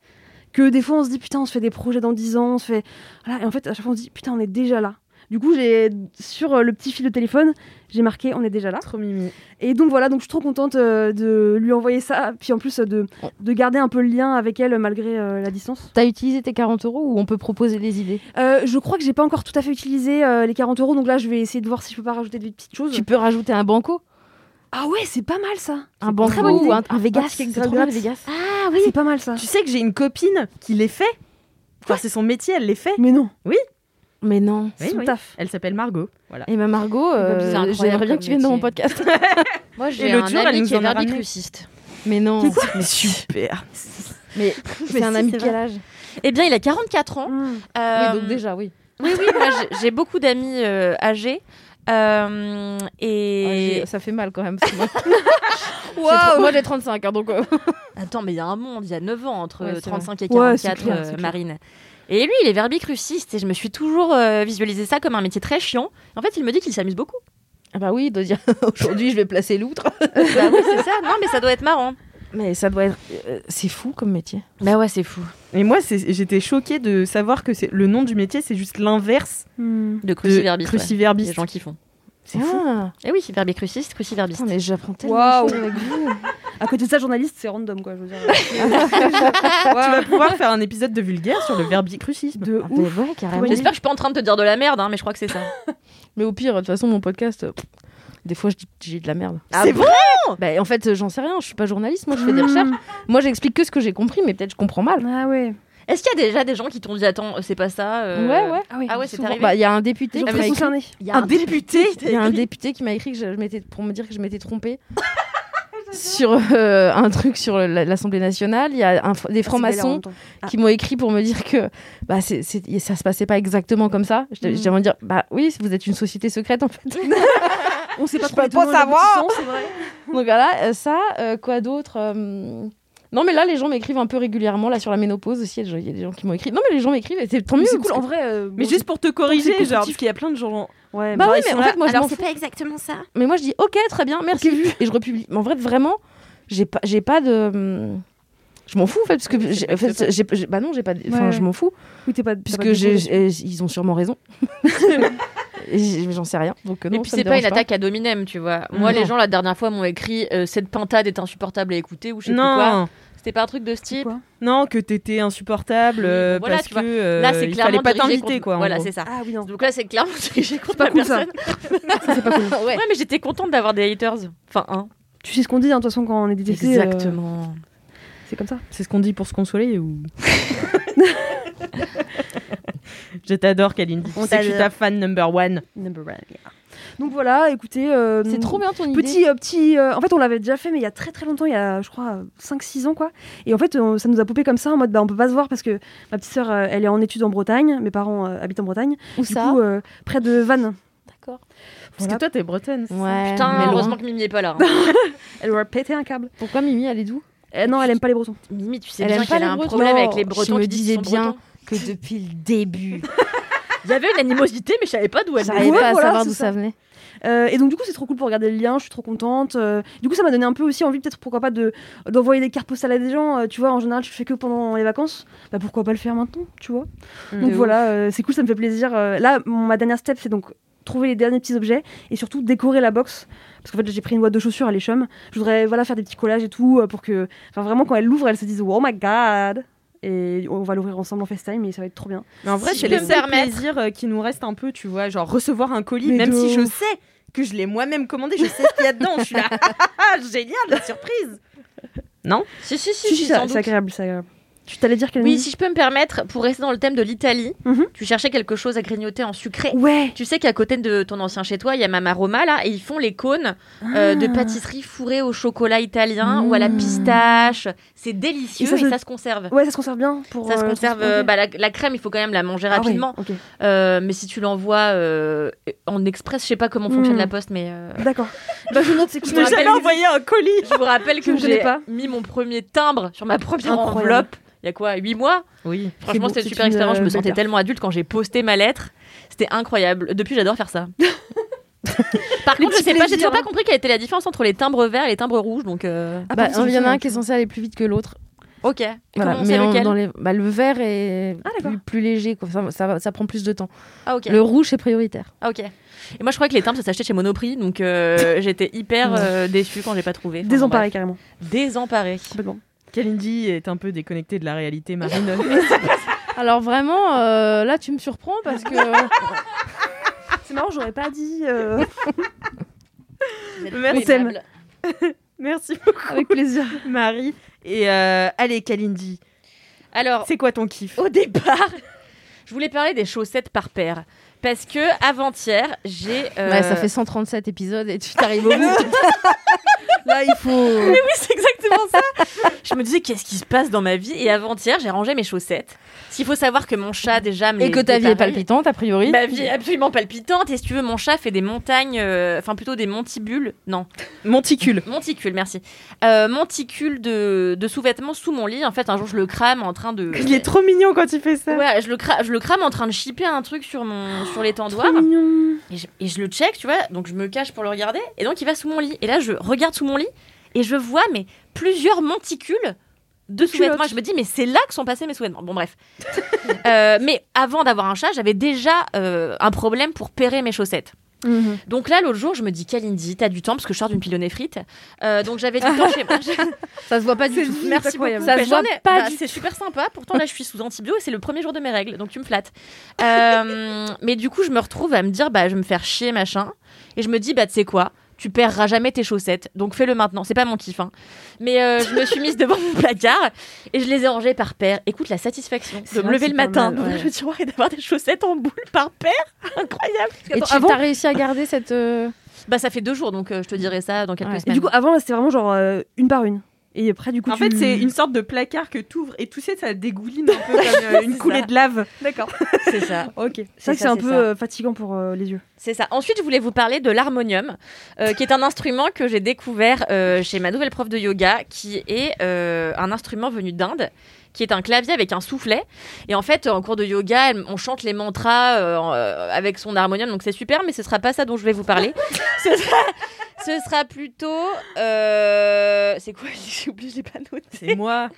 S5: que des fois, on se dit putain, on se fait des projets dans 10 ans. On se fait... voilà. Et en fait, à chaque fois, on se dit putain, on est déjà là. Du coup, j'ai sur euh, le petit fil de téléphone, j'ai marqué on est déjà là.
S3: Ah, Trop mimi.
S5: Et donc voilà, donc je suis trop contente euh, de lui envoyer ça, puis en plus euh, de, de garder un peu le lien avec elle euh, malgré euh, la distance.
S2: T'as utilisé tes 40 euros ou on peut proposer des idées
S5: Euh, je crois que j'ai pas encore tout à fait utilisé euh, les 40 euros, donc là je vais essayer de voir si je peux pas rajouter des petites choses.
S2: Tu peux rajouter un banco
S5: Ah ouais, c'est pas mal ça.
S2: Un banco
S5: très bonne idée.
S2: ou un, un Vegas
S5: Un ticket
S2: C'est trop bien, le
S5: gratos.
S2: Vegas.
S5: Ah oui, c'est pas mal ça.
S3: Tu sais que j'ai une copine qui les fait Enfin, c'est son métier, elle les fait.
S5: Mais non.
S2: Mais non.
S5: son taf.
S3: Elle s'appelle Margot. Voilà.
S2: Et ma Margot, euh,
S4: C'est incroyable
S2: j'aimerais bien
S4: comme
S2: que tu viennes dans mon
S4: métier.
S2: (laughs) podcast.
S4: Moi,
S3: Et
S4: j'ai
S3: l'autre
S4: un
S3: jour, elle
S4: ami
S3: nous
S4: qui est
S3: en a ramené.
S4: verbicruciste.
S2: Mais non.
S3: (laughs) Mais super.
S2: Mais c'est un
S4: si,
S2: ami
S4: c'est
S2: de quel âge
S4: Eh bien, il a 44 ans.
S5: Mmh.
S4: Euh,
S2: Oui, donc déjà, oui.
S4: (laughs) Oui, oui, moi, j'ai- j'ai beaucoup d'amis euh, âgés. Euh, et
S2: Ah, j'ai- ça fait mal quand même.
S4: (laughs)
S2: parce que moi- J'ai tr- Moi, j'ai 35, hein, donc. euh,
S4: attends, mais il y a un monde, il y a 9 ans entre
S2: Ouais, c'est
S4: 35 et
S5: Ouais, c'est
S4: 44
S5: clair,
S4: euh,
S5: c'est clair.
S4: Marine. Et lui, il est verbicruciste et je me suis toujours euh, visualisé ça comme un métier très chiant. En fait, il me dit qu'il s'amuse beaucoup.
S2: Ah bah oui, de dire (laughs) aujourd'hui, je vais placer l'outre.
S4: (laughs) Bah oui, c'est ça. Non, mais ça doit être marrant.
S2: Mais ça doit être. euh, c'est fou comme métier.
S4: Bah ouais, c'est fou.
S3: Et moi, c'est- j'étais choquée de savoir que c'est- le nom du métier, c'est juste l'inverse
S5: Mmh.
S4: De
S3: de
S4: cruciverbiste. ouais.
S3: cruciverbiste.
S4: Les gens qui font.
S2: C'est fou.
S4: Eh oui, verbicruciste, cruciverbiste.
S2: Ah, mais j'apprends tellement
S5: Waouh.
S2: de choses avec vous.
S5: À côté de ça, journaliste, c'est random quoi, je veux dire.
S3: tu vas pouvoir faire un épisode de vulgaire sur le verbicrucisme.
S5: De
S2: Ah, mais
S5: ouf.
S2: ouais, carrément.
S5: Oui.
S4: J'espère que je suis pas en train de te dire de la merde, hein, mais je crois que c'est ça.
S2: Mais au pire, de toute façon, mon podcast, euh, pff, des fois, je dis, je dis de la merde.
S4: Ah
S3: c'est vrai
S2: Bah, en fait, euh, j'en sais rien. Je suis pas journaliste. Moi, je fais des recherches. Moi, j'explique que ce que j'ai compris, mais peut-être je comprends mal.
S5: Mm. Ah ouais.
S4: Est-ce qu'il y a déjà des gens qui t'ont dit attends, c'est pas ça euh,
S2: Ouais, ouais.
S5: Ah ouais.
S4: Ah ouais, c'est
S2: Souvent, bah,
S4: arrivé.
S2: Il y a un député
S5: Les gens
S2: qui m'a
S4: Ah, mais-
S5: très
S2: écrit.
S5: concernés.
S4: Il y a
S3: Un député
S2: Il y a un député qui m'a écrit que je, je m'étais pour me dire que je m'étais trompée
S4: (laughs) Ah,
S2: sur euh, un truc sur la- l'Assemblée nationale. Il y a un
S4: Ah,
S2: fr- des
S5: Ah,
S2: francs-maçons
S4: hein.
S2: qui m'ont écrit pour me dire que bah, c'est- c'est- ça se passait pas exactement comme ça.
S4: Hmm.
S2: J'étais- J'étais envie de dire bah oui, vous êtes une société secrète en fait.
S4: (laughs)
S5: On sait pas
S3: peux
S5: trop
S3: pas
S5: les tenants et les
S3: savoir.
S5: aboutissants, c'est vrai.
S2: Donc voilà, euh, ça, euh, quoi d'autre euh, Non mais là les gens m'écrivient un peu régulièrement là sur la ménopause aussi. Il y a- il y a des gens qui m'ont écrit. Non mais les gens m'écrivent et c'est tant mieux.
S5: Mais c'est cool
S2: parce
S5: en
S2: que-
S5: vrai. euh,
S3: Mais
S5: bon,
S3: juste pour te corriger,
S5: c'est
S3: genre, parce
S5: constructif.
S3: qu'il y a plein de gens.
S5: Ouais,
S2: Bah
S5: bah,
S2: oui
S5: ils
S2: mais
S5: sont
S2: en
S5: là.
S2: fait moi je m'en
S4: Alors c'est
S2: fous.
S4: pas exactement ça.
S2: Mais moi je dis ok très bien merci et je republie. Mais en vrai vraiment j'ai pas j'ai pas de je m'en fous en fait parce que j'ai- en fait, j'ai- j'ai- bah non j'ai pas de- enfin
S5: Ouais.
S2: je m'en fous
S5: bah, Oui, t'es pas- t'as pas
S2: puisque
S5: de
S2: j'ai-
S5: goût.
S2: j'ai- ils ont sûrement raison Et j'ai- j'en sais rien donc euh, non
S4: et puis
S2: ça
S4: c'est
S2: me
S4: pas une
S2: dérange
S4: attaque à Dominem, tu vois. Moi,
S2: Non.
S4: les gens la dernière fois m'ont écrit euh, cette pintade est insupportable à écouter ou je sais plus quoi.
S3: Non,
S4: C'était pas un truc de ce type.
S5: quoi
S3: non, que t'étais insupportable
S4: Oui,
S3: euh,
S4: voilà,
S3: parce
S4: tu
S3: que
S4: vois.
S3: euh,
S4: Là, c'est
S3: il
S4: clairement
S3: fallait pas
S4: dirigé
S3: t'inviter
S4: contre-
S3: quoi. en
S4: Voilà,
S3: gros.
S4: c'est ça.
S5: Ah oui, non.
S4: Donc là, c'est clairement (laughs) dirigé contre la
S5: cool, ça.
S4: personne.
S5: C'est pas cool.
S4: (laughs) Ouais. mais j'étais contente d'avoir des haters. Enfin, un.
S5: Tu sais ce qu'on dit, hein, de toute façon, quand on est détecté. euh, c'est comme ça.
S3: C'est ce qu'on dit pour se consoler
S4: (laughs)
S3: ou Je t'adore, Kalindi. On
S5: On
S3: sait que je suis
S5: t'adore.
S3: ta fan number one.
S5: Number one, yeah. Donc voilà, écoutez. euh,
S2: pas. c'est trop bien ton idée
S5: Petit, euh, petit, euh, en fait, on l'avait déjà fait, mais il y a très très longtemps, il y a, je crois, euh, 5-6 ans, quoi. Et en fait, on- ça nous a popé comme ça, en mode, bah, on peut pas se voir parce que ma petite sœur, euh, elle est en études en Bretagne, mes parents euh, habitent en Bretagne.
S2: ou
S5: Du
S2: ça
S5: coup, euh, près de Vannes.
S2: d'accord
S3: Parce que toi, t'es bretonne.
S2: ouais
S4: Putain,
S2: mais loin.
S4: heureusement que Mimi est pas là. hein.
S5: Elle aurait pété un câble.
S2: pourquoi Mimi elle est d'où
S5: Eh, non, elle aime pas les Bretons.
S4: Mimi, tu sais
S2: Elle
S4: bien
S2: aime pas
S4: qu'elle
S2: les
S4: a un
S2: Bretons.
S4: problème avec
S2: Non,
S4: les
S2: je
S4: Bretons.
S2: me
S4: qui disent qu'ils
S2: disais
S4: sont
S2: bien.
S4: Bretons.
S2: que depuis le début
S4: Il y avait une animosité, mais je savais pas d'où elle
S2: j'arrivais
S4: venait.
S5: Ouais,
S2: pas à
S5: voilà,
S2: savoir
S5: c'est
S2: d'où ça
S5: ça.
S2: venait
S5: Euh, et donc du coup c'est trop cool pour regarder le lien, je suis trop contente. Euh, du coup ça m'a donné un peu aussi envie peut-être pourquoi pas de d'envoyer des cartes postales à des gens. Euh, tu vois en général je le fais que pendant les vacances, bah pourquoi pas le faire maintenant, tu vois.
S3: Mm.
S5: donc
S3: De
S5: voilà euh, c'est cool, ça me fait plaisir. Euh, là mon- ma dernière step c'est donc trouver les derniers petits objets et surtout décorer la box parce qu'en fait j'ai pris une boîte de chaussures à l'échum. Je voudrais voilà faire des petits collages et tout euh, pour que enfin vraiment quand elle l'ouvre elle se dise oh my god et on va l'ouvrir ensemble en FaceTime et ça va être trop bien.
S3: Mais en vrai,
S4: Si
S3: c'est
S4: je peux
S3: le
S4: me
S3: seul
S4: permettre.
S3: plaisir euh, qui nous reste un peu, tu vois. Genre recevoir un colis,
S5: Mais
S3: même
S5: de
S3: si je
S5: ouf.
S3: sais que je l'ai moi-même commandé, je sais ce qu'il y a dedans. Je suis là, (laughs) Ah, ah, ah, génial, la surprise.
S4: Si, si, si,
S5: Si, si,
S4: sans
S5: ça-
S4: doute.
S5: c'est agréable, c'est agréable. Tu t'allais dire qu'elle
S4: Oui, si je peux me permettre, pour rester dans le thème de l'Italie,
S5: Mhm.
S4: tu cherchais quelque chose à grignoter en sucré.
S5: Ouais.
S4: Tu sais qu'à côté de ton ancien chez toi, il y a Mama Roma là, et ils font les cônes
S5: Ah.
S4: euh, de pâtisserie fourrés au chocolat italien ou à la pistache. C'est délicieux
S5: Mm. Et ça,
S4: et ça,
S5: je-
S4: se conserve.
S5: Ouais, ça se conserve bien pour.
S4: Ça se
S5: euh,
S4: conserve.
S5: transporter.
S4: euh, bah, la, la crème, il faut quand même la manger
S5: Ah ouais,
S4: rapidement.
S5: ok.
S4: Euh, mais si tu l'envoies euh, en express, je sais pas comment fonctionne
S5: Mm.
S4: la poste, mais euh, (laughs)
S5: D'accord. bah, (laughs) je note, c'est
S4: Je n'ai jamais envoyé
S5: un colis.
S4: je vous rappelle
S5: Je
S4: que
S5: ne connais
S4: j'ai
S5: pas.
S4: mis mon premier timbre sur ma première
S5: Incroyable.
S4: enveloppe. Il y a quoi 8 mois
S3: Oui.
S4: Franchement,
S5: beau,
S4: c'était une
S5: c'est
S4: super
S5: une,
S4: expérience. Je
S5: euh,
S4: me
S5: belle
S4: sentais
S5: carte.
S4: tellement adulte quand j'ai posté ma lettre. C'était incroyable. Depuis, j'adore
S2: (laughs)
S4: faire ça. Par contre, je
S5: petits
S4: sais pas, j'ai
S5: plaisirs.
S4: toujours pas compris quelle était la différence entre les timbres verts et les timbres rouges. Donc, euh,
S5: Ah,
S2: Bah,
S5: pardon,
S2: il y en
S5: c'est
S2: a
S5: ça.
S2: un qui est censé aller plus vite que l'autre.
S4: ok.
S2: Voilà.
S4: Comment on
S2: Mais
S4: sait
S2: en-
S4: lequel
S2: dans les... bah, le vert est
S5: Ah, d'accord.
S2: plus, plus léger, quoi. Ça, ça, va- ça prend plus de temps.
S4: Ah, ok.
S2: Le rouge est prioritaire.
S4: Ah, ok. Et moi, je croyais que les timbres ça s'achetait chez Monoprix.
S2: (laughs)
S4: Donc, euh, j'étais hyper euh, déçue quand j'ai pas trouvé. Enfin, bon,
S5: Désemparé carrément.
S4: bref. Désemparée.
S5: Complètement.
S3: Kalindi est un peu déconnectée de la réalité (laughs) marine.
S2: Alors vraiment, euh, là tu me surprends parce que euh,
S5: C'est marrant, j'aurais pas dit. euh,
S4: Merci.
S5: t'aime. Merci beaucoup. Avec plaisir.
S3: Marie. Et euh, allez, Kalindi,
S4: Alors,
S3: c'est quoi ton kiff
S4: au départ, je voulais parler des chaussettes par paire. Parce que avant-hier, j'ai.
S2: (laughs)
S4: euh,
S2: Ouais, ça fait 137 épisodes et tu t'arrives au bout. (laughs)
S3: Là, il faut.
S4: Oui, (laughs) c'est exactement ça. je me disais, qu'est-ce qui se passe dans ma vie Et avant-hier, j'ai rangé mes chaussettes. Parce qu'il faut savoir que mon chat, déjà. me
S2: et
S4: les
S2: que ta vie est
S4: dépareille.
S2: palpitante a priori.
S4: Ma vie est absolument palpitante. Et si tu veux, mon chat fait des montagnes, euh, enfin plutôt des montibules. Non,
S3: Monticule.
S4: monticules, merci. Euh, monticules de, de sous-vêtements sous mon lit. En fait, un jour, je le crame en train de.
S3: Il est trop mignon quand il fait ça.
S4: Ouais, je le, cra- je le crame en train de chipper un truc sur, mon, sur l'étendoir.
S5: Trop mignon.
S4: Et je, et je le check, tu vois, donc je me cache pour le regarder, et donc il va sous mon lit. Et là, je regarde sous mon lit, et je vois, mais plusieurs monticules de sous-vêtements. Je me dis, mais c'est là que sont passés mes sous-vêtements. Bon, bref. (laughs) Euh, mais avant d'avoir un chat, j'avais déjà euh, un problème pour pérer mes chaussettes.
S5: Mhm.
S4: Donc là, l'autre jour, je me dis, Kalindi, t'as du temps parce que je sors d'une pilonnée frite. Euh, donc j'avais du temps chez moi.
S2: Ça se voit pas du tout.
S4: Merci beaucoup.
S2: Ça
S4: Ben,
S2: se voit
S4: j'en ai-
S2: pas
S4: bah,
S2: du
S4: C'est super sympa. Pourtant, là, je suis sous antibio et c'est le premier jour de mes règles, donc tu me flattes. Euh, mais du coup, je me retrouve à me dire, bah, je vais me faire chier, machin. Et je me dis, bah, tu sais quoi tu perds jamais tes chaussettes, donc fais-le maintenant. C'est pas mon kiff, hein. Mais euh, je me suis mise devant mon placard et je les ai rangées par paire. Écoute, la satisfaction de
S2: C'est
S4: me
S2: vrai
S4: lever
S2: que
S4: le
S2: c'est pas
S4: matin,
S2: mal,
S4: d'ouvrir
S2: ouais.
S4: le tiroir et d'avoir des chaussettes en boule par paire, incroyable. Parce
S2: Et
S4: qu'attends,
S2: tu
S4: avant-
S2: as réussi à garder cette. euh,
S4: bah ça fait deux jours, donc euh, je te dirai ça dans quelques
S2: Ouais. Et
S5: Et
S4: semaines.
S5: du coup, avant, là, c'était vraiment genre euh, une par une. Et après, du coup,
S3: En
S5: tu-
S3: fait, c'est une sorte de placard que t'ouvres et tout ça, ça dégouline un peu comme (laughs) euh, une coulée de lave. D'accord.
S4: c'est ça.
S3: Ok.
S5: C'est vrai que
S4: ça,
S5: c'est un
S4: c'est
S5: peu
S4: ça.
S5: euh, fatigant pour euh, les yeux.
S4: C'est ça. Ensuite, je voulais vous parler de l'harmonium, euh, qui est un instrument que j'ai découvert euh, chez ma nouvelle prof de yoga, qui est euh, un instrument venu d'Inde, qui est un clavier avec un soufflet. Et en fait, en cours de yoga, elle- on chante les mantras euh, en- euh, avec son harmonium, donc c'est super, mais ce sera pas ça dont je vais vous parler. ce, sera, ce sera plutôt. euh, c'est quoi (laughs) J'ai oublié, je l'ai pas noté.
S3: C'est moi.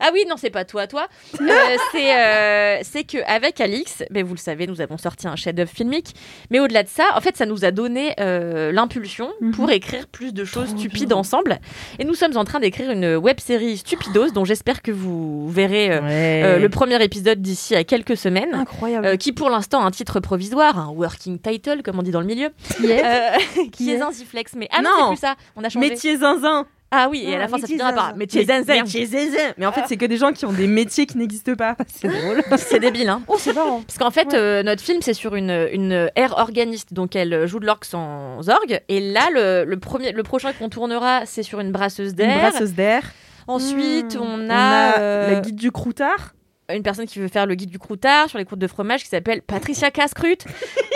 S4: Ah oui, non, c'est pas toi, toi. Euh, c'est euh, c'est que avec Alix, mais vous le savez, nous avons sorti un chef-d'œuvre filmique. Mais au-delà de ça, en fait, ça nous a donné euh, l'impulsion
S5: Mhm.
S4: pour écrire plus de choses stupides ensemble. Et nous sommes en train d'écrire une web-série Stupidos, dont j'espère que vous verrez euh, euh, le premier épisode d'ici à quelques semaines.
S5: Incroyable.
S4: euh, qui pour l'instant a un titre provisoire, un working title comme on dit dans le milieu,
S2: qui est-
S4: euh, qui est
S2: est
S4: Zinziflex. Mais ah non,
S3: Non.
S4: c'est plus ça, on a changé.
S3: Métier zinzin.
S4: Ah oui, et à
S5: Ah,
S4: la fin ça
S5: métier
S4: finira par
S5: zinzin.
S4: métier zinzin. Ah.
S3: Métier zinzin. Mais en fait, c'est que des gens qui ont des métiers qui n'existent pas. C'est drôle.
S4: (laughs) C'est débile, hein.
S5: Oh,
S4: (laughs)
S5: c'est marrant.
S4: Parce qu'en fait,
S5: Ouais.
S4: euh, notre film, c'est sur une, une air organiste, donc elle euh, joue de l'orgue sans orgue. Et là, le, le premier, le prochain qu'on tournera, c'est sur une brasseuse
S3: Une
S4: d'air.
S3: brasseuse d'air.
S4: Ensuite, on
S3: On
S4: a,
S3: a
S4: euh,
S3: la guide du croutard.
S4: une personne qui veut faire le guide du croutard sur les croûtes de fromage qui s'appelle Patricia Cascrut. (laughs)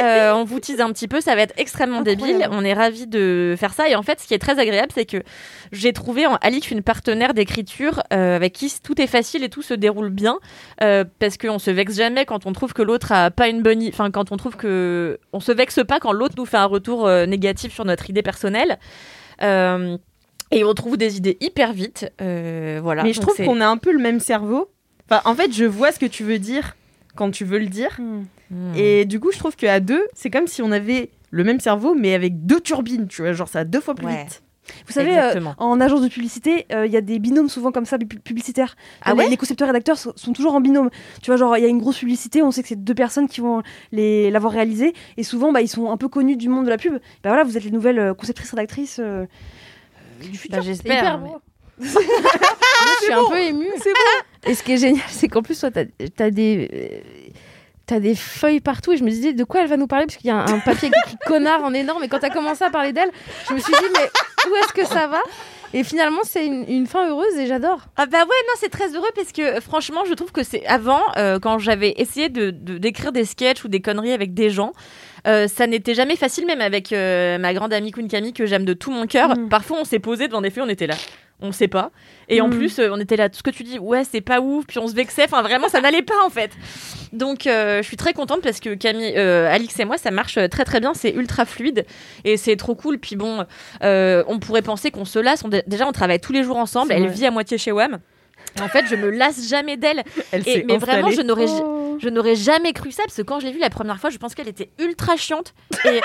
S4: Euh, on vous tease un petit peu, ça va être extrêmement débile. On est ravis de faire ça. Et en fait, ce qui est très agréable, c'est que j'ai trouvé en Alix une partenaire d'écriture euh, avec qui tout est facile et tout se déroule bien. Euh, parce qu'on se vexe jamais quand on trouve que l'autre a pas une bonne. i- Enfin, quand on trouve que. On se vexe pas quand l'autre nous fait un retour euh, négatif sur notre idée personnelle. Euh, et on trouve des idées hyper vite. Euh, voilà.
S3: Mais je
S4: Donc
S3: trouve
S4: c'est-
S3: qu'on a un peu le même cerveau. Enfin, en fait, je vois ce que tu veux dire quand tu veux le dire.
S4: Hmm.
S3: Et du coup, je trouve qu'à deux, c'est comme si on avait le même cerveau, mais avec deux turbines. Tu vois, genre ça va deux fois plus
S4: Ouais.
S3: vite.
S5: Vous savez, euh,
S4: Exactement.
S5: en agence de publicité, euh, il y a des binômes souvent comme ça, pub- publicitaires.
S4: Ah
S5: les,
S4: ouais
S5: les concepteurs-rédacteurs sont, sont toujours en binôme. Tu vois, genre, il y a une grosse publicité, on sait que c'est deux personnes qui vont les- l'avoir réalisée. Et souvent, bah, ils sont un peu connus du monde de la pub. Bah voilà, vous êtes les nouvelles euh, conceptrices-rédactrices euh, euh, du futur.
S4: Bah,
S2: hyper (laughs)
S4: J'espère. mais-
S2: beau. Moi, je suis un peu émue. Et ce qui est génial, c'est qu'en plus, toi, t'as as des. euh, T'as des feuilles partout et je me disais de quoi elle va nous parler parce qu'il y a un un papier avec écrit connard en énorme et quand t'as commencé à parler d'elle, je me suis dit mais où est-ce que ça va Et finalement c'est une, une fin heureuse et j'adore.
S4: Ah bah ouais, non, c'est très heureux parce que euh, franchement, je trouve que c'est avant, euh, quand j'avais essayé de de- d'écrire des sketchs ou des conneries avec des gens, euh, ça n'était jamais facile, même avec euh, ma grande amie Kunkami que j'aime de tout mon cœur.
S5: Mm.
S4: Parfois, on s'est posé devant des feux, on était là. On sait pas. Et en
S3: Hmm.
S5: Mm.
S4: plus, euh, on était là, tout ce que tu dis, ouais, c'est pas ouf, puis on se vexait. Enfin, vraiment, ça n'allait pas en fait. Donc, euh, je suis très contente parce que Camille, euh, Alix et moi, ça marche euh, très très bien. C'est ultra fluide et c'est trop cool. Puis bon, euh, on pourrait penser qu'on se lasse. On- déjà, on travaille tous les jours ensemble.
S3: C'est
S4: Elle
S3: vrai.
S4: vit à moitié chez WAM. En fait, je me lasse jamais d'elle.
S3: (laughs) Elle
S4: Et-
S3: s'est
S4: Mais vraiment,
S3: installée.
S4: je n'aurais, ja-
S3: Oh.
S4: je n'aurais jamais cru ça parce que quand je l'ai vue la première fois, je pense qu'elle était ultra chiante.
S3: (laughs)
S4: Et,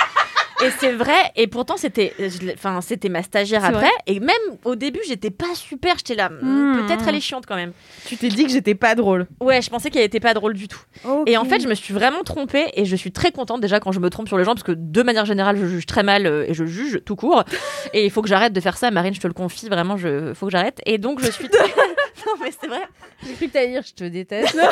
S4: et c'est vrai. Et pourtant, c'était, euh, je l'ai- enfin, c'était ma stagiaire
S3: C'est
S4: après.
S3: vrai. Hmm.
S4: Et même au début, j'étais pas super. J'étais là, hmm,
S5: Mmh.
S4: peut-être elle est chiante quand même.
S3: Tu t'es dit que j'étais pas drôle.
S4: Ouais, je pensais qu'elle était pas drôle du tout.
S5: Ok.
S4: Et en fait, je me suis vraiment trompée et je suis très contente déjà quand je me trompe sur les gens parce que de manière générale, je juge très mal euh, et je juge
S3: (laughs)
S4: tout court. Et il faut que j'arrête de faire ça, Marine, je te le confie, vraiment, je faut que j'arrête. Et donc, je
S3: (laughs)
S4: suis. non, mais c'est vrai.
S2: J'ai cru que t'allais dire je te déteste. (laughs)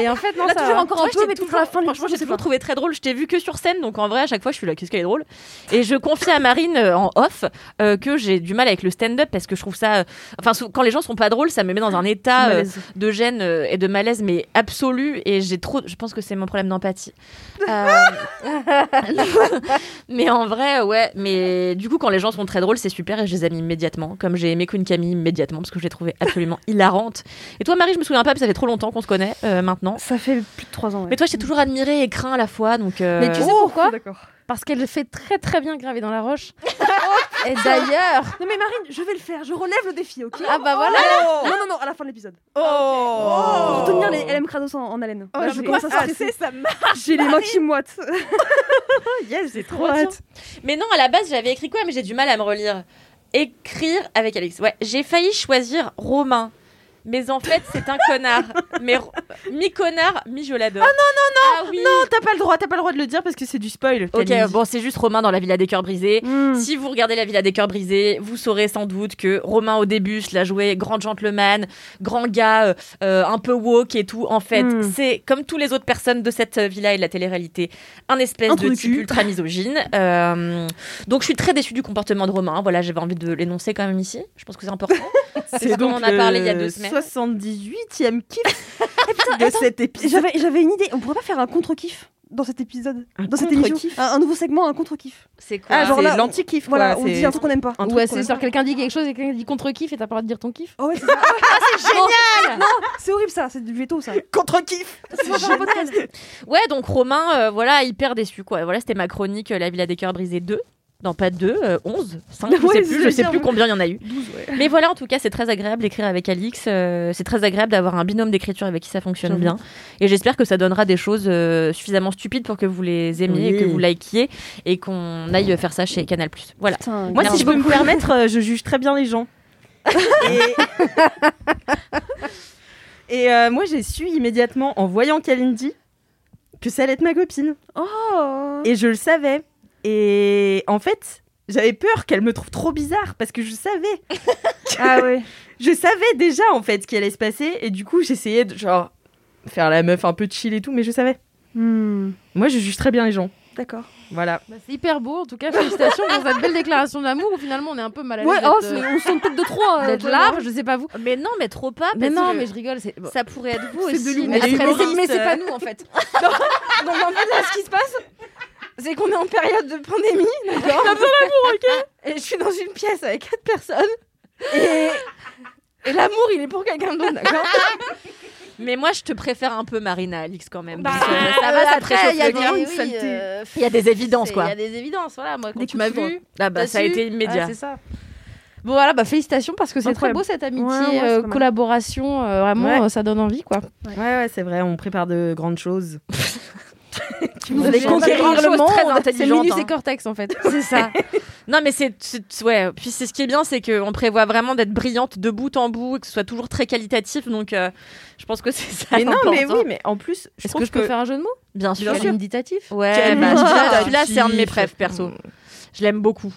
S2: Et en fait non
S4: Là,
S2: ça
S4: toujours
S2: va.
S4: encore
S5: Toi,
S4: un
S5: je
S4: peu,
S5: t'ai
S4: mais
S5: toujours-
S4: toujours à la fin.
S5: de
S4: Franchement,
S5: l'émission,
S4: j'ai
S5: c'est
S4: toujours
S5: pas-
S4: trouvé très drôle. Je t'ai vu que sur scène, donc en vrai, à chaque fois, je suis là, qu'est-ce qu'elle est drôle. Et je confie à Marine euh, en off euh, que j'ai du mal avec le stand-up parce que je trouve ça. euh, Enfin, sou- quand les gens sont pas drôles, ça me met dans un état. euh,
S3: Malaise.
S4: de gêne euh, et de malaise mais absolu et j'ai trop je pense que c'est mon problème d'empathie Euh, (laughs) mais en vrai ouais mais du coup quand les gens sont très drôles c'est super et je les aime immédiatement comme j'ai aimé Queen Camille immédiatement parce que je l'ai trouvée absolument hilarante et toi Marie je me souviens pas parce que ça fait trop longtemps qu'on se connaît euh, maintenant
S5: Ça fait plus de 3 ans. ouais.
S4: mais toi je t'ai toujours admiré et craint à la fois donc euh,
S2: Mais tu sais
S5: Oh,
S2: pourquoi
S5: D'accord.
S2: Parce qu'elle fait très très bien graver dans la (laughs) roche. et d'ailleurs
S5: Non mais Marine, je vais le faire, je relève le défi, ok
S2: ah bah voilà
S5: Non, non, non, à la fin de l'épisode. Ah,
S3: Oh
S5: Pour tenir les LM Kratos en, en haleine. Là, je commence à stresser.
S3: ça
S5: J'ai les mains qui moitent.
S3: Yes, j'ai trop
S4: Trop bien.
S3: hâte.
S4: Mais non, à la base, j'avais écrit quoi Mais j'ai du mal à me relire. Écrire avec Alex. Ouais, j'ai failli choisir Romain. Mais en fait, c'est un (laughs) connard. Mais ro- mi-connard, mi-je l'adore. Ah non, non, non Ah oui
S3: Non, t'as pas le droit, t'as pas le droit de le dire parce que c'est du spoil. Camille.
S4: Ok, bon, c'est juste Romain dans La Villa des Cœurs Brisés.
S3: Hmm.
S4: Si vous regardez La Villa des Cœurs Brisés, vous saurez sans doute que Romain, au début, se la jouait grand gentleman, grand gars, euh, euh, un peu woke et tout. En fait,
S3: Hmm.
S5: Mm.
S4: c'est comme tous les autres personnes de cette euh, villa et de la télé-réalité, un espèce
S5: Un trou
S4: de
S5: de
S4: type
S5: cul.
S4: ultra misogyne. Euh, donc, je suis très déçue du comportement de Romain. Voilà, j'avais envie de l'énoncer quand même ici. Je pense que
S3: (laughs)
S4: c'est important.
S3: C'est
S4: comme
S3: donc euh,
S4: on a parlé il y a
S3: le
S4: deux semaines. Eh
S3: 78e
S4: (laughs)
S3: kiff de
S5: attends,
S3: cet épisode.
S5: J'avais j'avais une idée, on pourrait pas faire un contre-kiff dans cet épisode, dans cette émission
S3: contre-kiff
S5: un, un nouveau segment, un contre-kiff.
S4: C'est quoi
S3: Ah, genre
S5: c'est
S3: là,
S5: l'anti-kiff,
S3: l'anti-kiff,
S5: Voilà, on dit un truc qu'on aime pas.
S2: Ou c'est genre quelqu'un dit quelque chose et quelqu'un dit contre-kiff et t'as pas le droit de dire ton kiff
S5: Oh ouais, c'est ça. génial Non, (laughs) c'est horrible ça, c'est du veto ça.
S3: Contre-kiff
S4: Ouais, donc Romain, euh, voilà, hyper déçu quoi. Voilà, c'était ma chronique euh, La Villa des Cœurs Brisés 2. Non, pas 2, 11, 5, je
S5: Ouais,
S4: sais plus, je
S5: c'est
S4: sais
S5: bien.
S4: plus combien il y en a eu.
S5: 12, ouais.
S4: Mais voilà, en tout cas, c'est très agréable d'écrire avec Alix. euh, c'est très agréable d'avoir un binôme d'écriture avec qui ça fonctionne
S3: J'avoue.
S4: bien. Et j'espère que ça donnera des choses euh, suffisamment stupides pour que vous les aimiez,
S3: Oui.
S4: que vous likiez et qu'on aille faire ça chez Canal. Voilà.
S5: Putain,
S3: Moi,
S4: Non.
S3: si je peux me permettre, euh, je juge très bien les gens. Et, (laughs) Et, euh, moi, j'ai su immédiatement, en voyant Kalindi, que ça allait être ma copine.
S5: (laughs) Oh.
S3: Et je le savais. Et en fait, j'avais peur qu'elle me trouve trop bizarre parce que je savais.
S5: Ah ouais.
S3: Je savais déjà en fait ce qui allait se passer et du coup j'essayais de genre faire la meuf un peu chill et tout, mais je savais.
S5: Hmm,
S3: Moi je juge très bien les gens.
S5: D'accord.
S3: Voilà.
S2: Bah, c'est hyper beau, en tout cas, félicitations pour cette belle déclaration d'amour où finalement on est un peu mal à l'aise.
S5: Ouais,
S2: d'être,
S5: oh,
S2: euh,
S5: c'est- on se sent toutes de trois. euh,
S2: d'être
S5: toi et
S2: là,
S5: moi.
S2: je sais pas vous. Ah,
S4: Mais non, mais trop pas.
S2: Mais
S4: parce
S2: non,
S4: que
S2: mais je rigole, c'est. bon.
S4: Ça pourrait être vous
S3: C'est de
S4: aussi.
S3: l'humour.
S4: mais
S3: Elle est
S4: après,
S3: humoriste.
S4: c'est-
S2: mais c'est pas nous en fait. Donc en fait, là, ce qui se passe, c'est qu'on est en période de pandémie, d'accord Comme dans l'amour, ok Et je suis dans une pièce avec quatre personnes et. Et l'amour, il est pour quelqu'un d'autre, d'accord
S4: Mais moi, je te préfère un peu Marina, Alix, quand même.
S2: Bah,
S4: Parce que ça va,
S2: euh,
S4: ça te
S2: après,
S4: réchauffe
S2: il y a
S4: le
S2: des-
S4: cœur.
S2: oui,
S4: saleté.
S2: euh,
S4: Il y a des évidences,
S2: c'est-
S4: quoi.
S2: Il y a des évidences, voilà. Moi, quand
S5: Des
S2: tu
S5: coups
S2: m'as
S5: de foudre.
S2: vu,
S4: Ah bah, ça a
S2: T'as su
S4: été immédiat.
S2: Ah, c'est ça. Bon voilà, bah félicitations parce que c'est très
S5: Incroyable.
S2: beau cette amitié,
S5: Ouais, ouais, c'est
S2: euh,
S5: pas mal.
S2: collaboration, euh, vraiment
S3: Ouais.
S2: euh, ça donne envie quoi.
S3: Ouais, ouais, c'est vrai, on prépare de
S6: (laughs)
S3: grandes choses.
S2: Vous
S3: allez conquérir
S4: le monde.
S2: c'est
S4: intelligente,
S2: Minus
S4: hein.
S2: et Cortex en fait. C'est ça.
S4: Non, mais c'est. c'est- Ouais, puis c'est ce qui est bien, c'est qu'on prévoit vraiment d'être brillante de bout en bout, et que ce soit toujours très qualitatif. Donc, euh, je pense que c'est ça.
S3: Mais non, mais
S4: l'important.
S3: oui, mais en plus,
S2: (laughs)
S3: je
S2: Est-ce que
S3: trouve
S2: je peux faire un jeu de mots
S4: Bien sûr.
S2: Quel Méditatif.
S4: Ouais,
S3: Quel
S4: bah, celui-là,
S3: qualitatif.
S4: celui-là, c'est un de mes prefs, perso. Je l'aime beaucoup.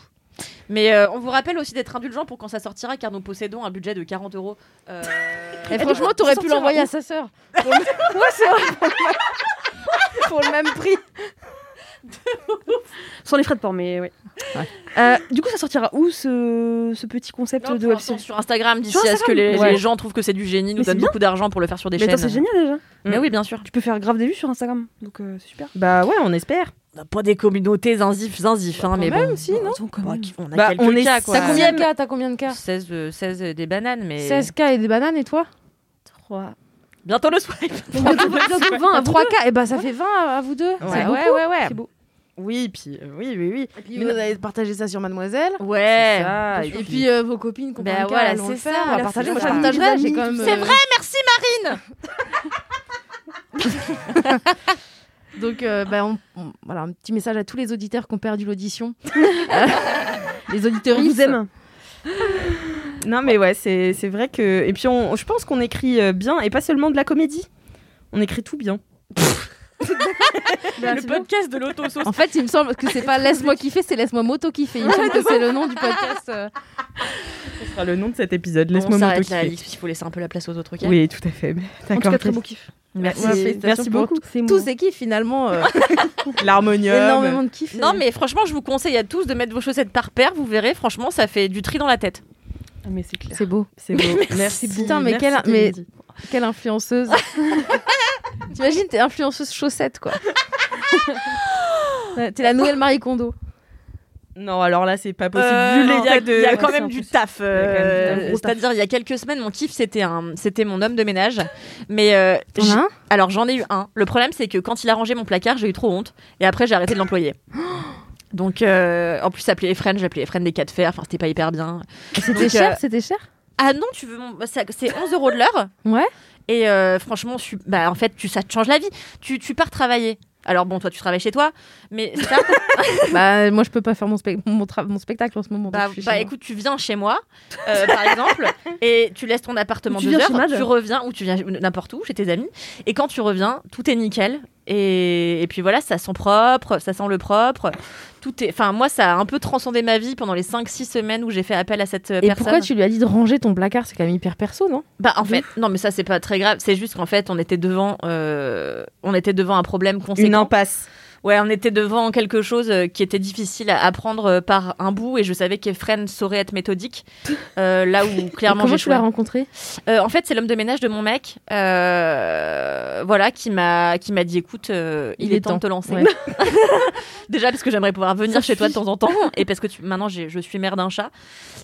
S4: Mais euh, on vous rappelle aussi d'être indulgent pour quand ça sortira, car nous possédons un budget de 40 euros. Euh,
S2: Et Eh, franchement, t'aurais pu
S5: sortira
S2: l'envoyer
S5: où
S2: à sa sœur. Pour le- (laughs) Ouais, c'est vrai. pour le- Pour le même (laughs) prix.
S5: Sans les frais de port, mais ouais. Euh, du coup, ça sortira où ce, ce petit concept
S4: non,
S5: de
S4: pour
S5: web
S4: l'instant, sur Instagram, d'ici
S5: Sur
S4: à ce que les,
S5: Instagram.
S4: les gens trouvent que c'est du génie, nous
S5: Mais c'est
S4: donnent
S5: bien.
S4: beaucoup d'argent pour le faire sur des
S5: Mais attends,
S4: chaînes.
S5: c'est génial déjà.
S4: Mais oui, bien sûr.
S5: Tu peux faire grave des vues sur Instagram, donc euh, c'est super.
S6: Bah ouais, on espère.
S4: On n'a pas des communautés zinzif, zinzif, hein, mais
S2: même,
S4: bon.
S2: si, non
S5: Attends, quand
S4: Bah,
S5: même.
S4: qui- on a
S6: Bah,
S4: quelques
S6: on est-
S4: cas, quoi.
S2: T'as combien de cas T'as combien de cas
S4: 16, euh, 16 et des bananes, mais.
S2: 16K et des bananes et toi
S4: 3. Bientôt le swipe.
S2: (laughs)
S5: Bientôt 20 à
S2: 3 k et bah ça fait 20 à à vous deux.
S4: Ouais,
S2: beaucoup.
S4: ouais, ouais, ouais.
S2: C'est beau.
S4: Oui, puis, euh, oui, oui, oui.
S2: Et puis vous avez partagé ça sur Mademoiselle.
S4: (laughs) Ouais.
S3: Eh,
S2: C'est ça. Et puis euh, vos copines qui ont
S4: Bah
S2: pas un cas,
S4: voilà,
S2: elles vont
S4: c'est
S2: le faire.
S4: ça.
S2: On va
S4: Là,
S2: partager.
S4: c'est
S2: Moi je
S4: ça.
S2: partagerai. J'ai quand même.
S4: C'est
S2: euh,
S4: vrai, merci Marine.
S2: (laughs) Donc, euh, bah, on- on- voilà, un petit message à tous les auditeurs qui ont perdu (laughs) l'audition. Euh, les auditeurs,
S5: On vous
S3: (laughs)
S5: aime.
S6: Non, mais ouais, c'est c'est vrai que. Et puis, on, je pense qu'on écrit euh, bien, et pas seulement de la comédie. On écrit tout bien.
S5: Bah,
S4: le podcast de l'auto-sauce.
S2: En fait, il me semble que c'est pas laisse-moi kiffer, c'est laisse-moi moto kiffer. Il me semble que c'est le nom du podcast. euh.
S6: Ce sera le nom de cet épisode.
S4: Bon,
S6: Laisse-moi
S4: on s'arrête
S6: m'autokiffer.
S4: là, Alix, il faut laisser un peu la place aux autres. ok
S6: Oui, tout à fait. (laughs) Mais-
S5: En tout
S6: D'accord.
S5: cas, très beau kiff.
S4: Merci.
S2: Ouais, félicitations
S6: Merci
S2: pour
S6: beaucoup.
S5: C'est
S2: Tous
S5: mon-
S2: ces kiffs, finalement, euh,
S6: L'harmonium.
S2: énormément de kiff.
S4: Non, mais franchement, je vous conseille à tous de mettre vos chaussettes par paire. Vous verrez, franchement, ça fait du tri dans la tête.
S6: Ah, mais c'est clair.
S2: c'est beau.
S6: C'est
S3: (laughs)
S6: beau. Merci beaucoup.
S2: Putain, mais
S6: Merci,
S2: quelle-
S6: Camille.
S2: mais- Quelle influenceuse. (laughs) T'imagines, t'es influenceuse chaussette, (laughs) quoi. Ouais, t'es la nouvelle Marie Kondo.
S6: Non, alors là, c'est pas possible.
S4: Euh,
S6: Vu les
S4: il y a,
S6: de-
S4: il y a quand
S6: Ouais,
S4: même
S6: c'est
S4: du
S6: impossible.
S4: taf.
S6: quand même du
S4: euh,
S6: gros taf.
S4: C'est-à-dire, il y a quelques semaines, mon kiff, c'était un, c'était mon homme de ménage. Mais euh, j'ai-
S2: Hein
S4: alors, j'en ai eu un. Le problème, c'est que quand il a rangé mon placard, j'ai eu trop honte. Et après, j'ai arrêté de l'employer. (gasps) Donc, euh, en plus, ça appelait Efren, j'appelais Efren des 4 fers. Enfin, c'était pas hyper bien.
S2: C'était
S4: Donc, euh,
S2: cher, c'était cher.
S4: Ah non, tu veux mon... bah, ça- C'est 11 euros de l'heure.
S2: Ouais.
S4: Et euh, franchement, je suis- bah, en fait, tu, ça te change la vie. Tu, tu pars travailler. Alors bon, toi, tu travailles chez toi, mais c'est pas-
S2: bah, moi, je peux pas faire mon, spec- mon, tra- mon spectacle en ce moment.
S4: bah,
S2: donc je suis
S4: bah,
S2: chez
S5: hein.
S2: moi.
S4: écoute, tu viens chez moi, euh, par
S5: (laughs)
S4: exemple, et tu laisses ton appartement
S5: Ou tu
S4: deux
S5: viens chez
S4: heures,
S5: Mad.
S4: tu reviens ou tu viens n'importe où chez tes amis, et quand tu reviens, tout est nickel. Et, et puis voilà, ça sent propre, ça sent le propre. Tout est, enfin moi, ça a un peu transcendé ma vie pendant les 5-6 semaines où j'ai fait appel à cette euh,
S2: Et
S4: personne.
S2: pourquoi tu lui as dit de ranger ton placard C'est quand même hyper perso, non
S4: Bah en fait, non mais ça c'est pas très grave. C'est juste qu'en fait on était devant, euh, on était devant un problème
S6: Une
S4: conséquent.
S6: impasse.
S4: Ouais, on était devant quelque chose euh, qui était difficile à apprendre euh, par un bout et je savais qu'Efren saurait être méthodique. euh, là où
S2: (laughs) Et
S4: clairement
S2: Comment
S4: j'ai
S2: tu l'as
S4: choisi.
S2: rencontré
S4: Euh, en fait, c'est l'homme de ménage de mon mec, euh, voilà, qui m'a qui m'a dit écoute, euh, il, est temps de te lancer.
S2: Ouais.
S4: (laughs) Déjà parce que j'aimerais pouvoir venir
S2: Ça
S4: chez toi de temps en temps et parce que tu, maintenant j'ai- je suis mère d'un chat.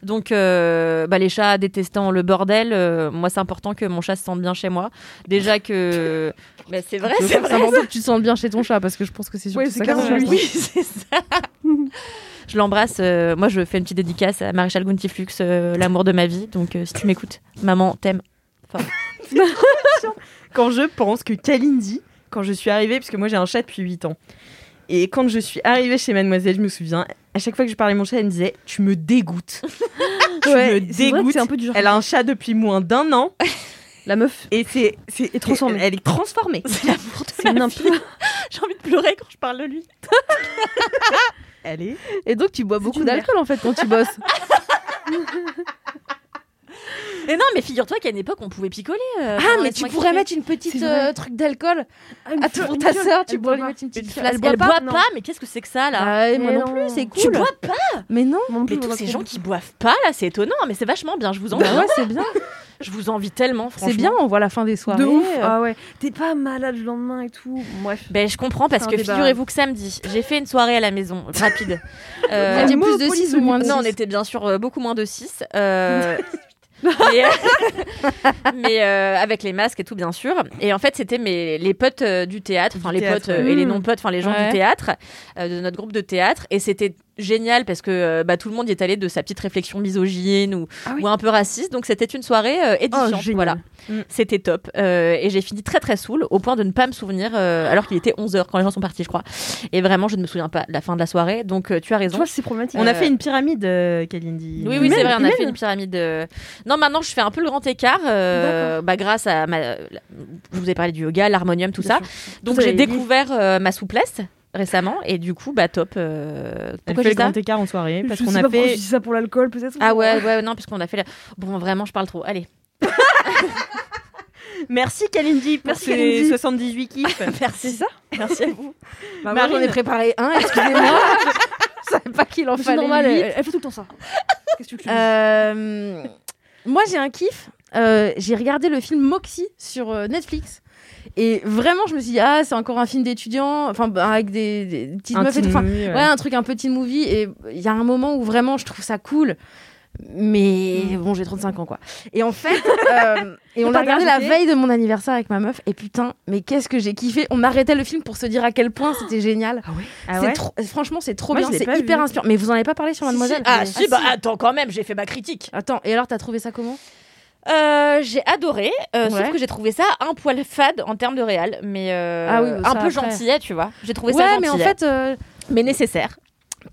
S4: Donc euh, bah, les chats détestant le bordel, euh, moi c'est important que mon chat se sente bien chez moi. Déjà
S2: (laughs)
S4: que mais c'est vrai, c'est vrai.
S2: Ça m'en doute que tu te sens bien chez ton chat parce que je pense que c'est surtout
S6: Ouais, c'est
S2: ça que
S6: clairement
S2: ça
S6: lui.
S4: Oui, c'est ça. Je l'embrasse. euh, moi, je fais une petite dédicace à Maréchal Guntiflux, euh, l'amour de ma vie. Donc, euh, si tu m'écoutes, maman, t'aime.
S6: (laughs) quand je pense que Kalindi, quand je suis arrivée, parce que moi j'ai un chat depuis 8 ans, et quand je suis arrivée chez Mademoiselle, je me souviens, à chaque fois que je parlais à mon chat, elle me disait Tu me dégoûtes. (laughs) tu me
S5: C'est vrai que
S6: dégoûtes.
S5: C'est un peu du genre.
S6: Elle a un chat depuis moins d'un an
S5: La meuf
S6: et c'est c'est
S5: est transformée.
S6: Elle est transformée.
S4: (laughs) C'est l'amour de
S5: C'est n'importe
S4: J'ai envie de pleurer quand je parle de lui.
S6: Elle est.
S2: Et donc tu bois beaucoup
S5: une
S2: d'alcool en fait quand tu (laughs) bosses.
S4: Et non, mais figure-toi qu'à une époque, on pouvait picoler. euh,
S2: ah
S4: pendant
S2: mais
S4: Laisse-moi
S2: tu
S4: kiffer.
S2: pourrais mettre une petite
S5: C'est vrai.
S2: euh, truc d'alcool à
S5: Ah,
S2: tout- pour ta sœur, tu
S5: elle
S2: pourrais
S5: boit
S2: lui
S5: pas.
S2: mettre une petite
S4: Une
S2: flasque.
S4: flasque. Elle boit
S5: boit
S4: pas,
S5: pas, non.
S4: mais qu'est-ce que c'est que ça là
S2: Ah, et moi
S5: Mais
S2: non,
S5: non.
S2: plus, c'est cool.
S4: Tu bois pas
S2: Mais non.
S5: Moi non plus,
S4: Mais tous
S5: j'aurais
S4: ces
S5: pas
S4: gens
S5: compris.
S4: qui boivent pas là, c'est étonnant. Mais c'est vachement bien. Je vous envie.
S2: Bah ouais, c'est bien.
S4: Je vous envie tellement, franchement.
S2: C'est bien, on voit la fin des soirées.
S5: De ouf.
S2: euh,
S5: Ah ouais. T'es pas malade le lendemain et tout. Bref.
S4: Ben, je comprends parce
S5: C'est un
S4: que
S5: débat.
S4: figurez-vous que samedi, j'ai fait une soirée à la maison, (laughs) rapide.
S2: Vous
S4: Euh,
S2: aviez plus de 6 ou moins de
S4: Non, on
S2: six
S4: était bien sûr euh, beaucoup moins de 6. mais (laughs) mais, euh, avec les masques et tout, bien sûr. Et en fait, c'était mes- les potes euh, du théâtre, enfin les
S6: théâtre,
S4: potes euh,
S6: ouais.
S4: et les non-potes, enfin les gens
S2: Ouais.
S4: du théâtre, euh, de notre groupe de théâtre. Et c'était génial parce que euh, bah, tout le monde y est allé de sa petite réflexion misogyne ou,
S5: Ah oui.
S4: ou un peu raciste. Donc c'était une soirée euh, édifiante.
S5: génial.
S4: voilà.
S6: Mm.
S4: C'était top. Euh, et j'ai fini très très saoul au point de ne pas me souvenir, euh, alors qu'il était 11h quand les gens sont partis, je crois. Et vraiment, je ne me souviens pas de la fin de la soirée. Donc euh, tu as
S5: Tu
S4: raison.
S5: vois, c'est problématique.
S6: On a
S4: Euh,
S6: fait une pyramide, euh, Kalindi.
S4: Oui, oui, c'est vrai, on a
S5: humaine.
S4: fait une pyramide. euh, Non, maintenant, je fais un peu le grand écart, euh, bah, grâce à ma... la- Je vous ai parlé du yoga, l'harmonium, tout ça. Donc,
S5: Vous
S4: j'ai
S5: avez dit.
S4: découvert euh, ma souplesse. récemment et du coup bah top. euh,
S3: Elle
S4: Pourquoi
S3: fait
S4: j'ai
S3: le
S4: ça
S3: grand écart en soirée parce
S5: Je
S3: qu'on
S5: sais
S3: a
S5: pas pourquoi
S3: fait.
S5: je dis ça pour l'alcool, peut-être.
S4: Ah ouais ouais non puisqu'on a fait la... bon vraiment je parle trop allez
S3: Merci Kalindi pour
S5: Merci,
S3: ces
S5: Kalindi.
S3: 78 kiffs.
S4: merci
S5: ça
S4: merci à vous
S2: Bah, moi, j'en ai préparé un, excusez-moi. (laughs) euh, je savais pas qu'il en
S5: C'est
S2: fallait
S5: normal,
S2: huit.
S5: elle, elle fait tout le temps ça. Qu'est-ce que tu veux que je te
S2: Euh,
S5: dise
S2: moi, j'ai un kiff. Euh, j'ai regardé le film Moxie sur euh, Netflix. Et vraiment, je me suis dit, ah, c'est encore un film d'étudiants, enfin, bah, avec des, des petites meufs et tout. Enfin, ouais. un truc un petit movie. Et il y a un moment où vraiment, je trouve ça cool. Mais bon, j'ai 35 ans, quoi. Et en fait, euh, et on
S3: T'as
S2: l'a regardé la
S3: regardé
S2: veille de mon anniversaire avec ma meuf. Et putain, mais qu'est-ce que j'ai kiffé. On arrêtait le film pour se dire à quel point c'était génial. C'est
S3: Ah ouais
S2: trop- franchement, c'est trop
S3: Moi, je
S2: bien.
S3: l'ai pas
S2: C'est hyper
S3: vu.
S2: inspirant. Mais vous en avez pas parlé sur Mademoiselle
S4: ah
S2: mais-
S4: si bah attends quand même j'ai fait ma critique
S2: Attends, et alors t'as trouvé ça comment
S4: Euh, j'ai adoré, euh,
S2: Ouais.
S4: sauf que j'ai trouvé ça un poil fade en termes de réel, mais euh,
S2: Ah oui, bah,
S4: un
S2: ça,
S4: peu
S2: après.
S4: gentillet, tu vois. J'ai trouvé
S2: Ouais,
S4: ça
S2: mais en
S4: gentillet,
S2: fait, euh,
S4: mais nécessaire.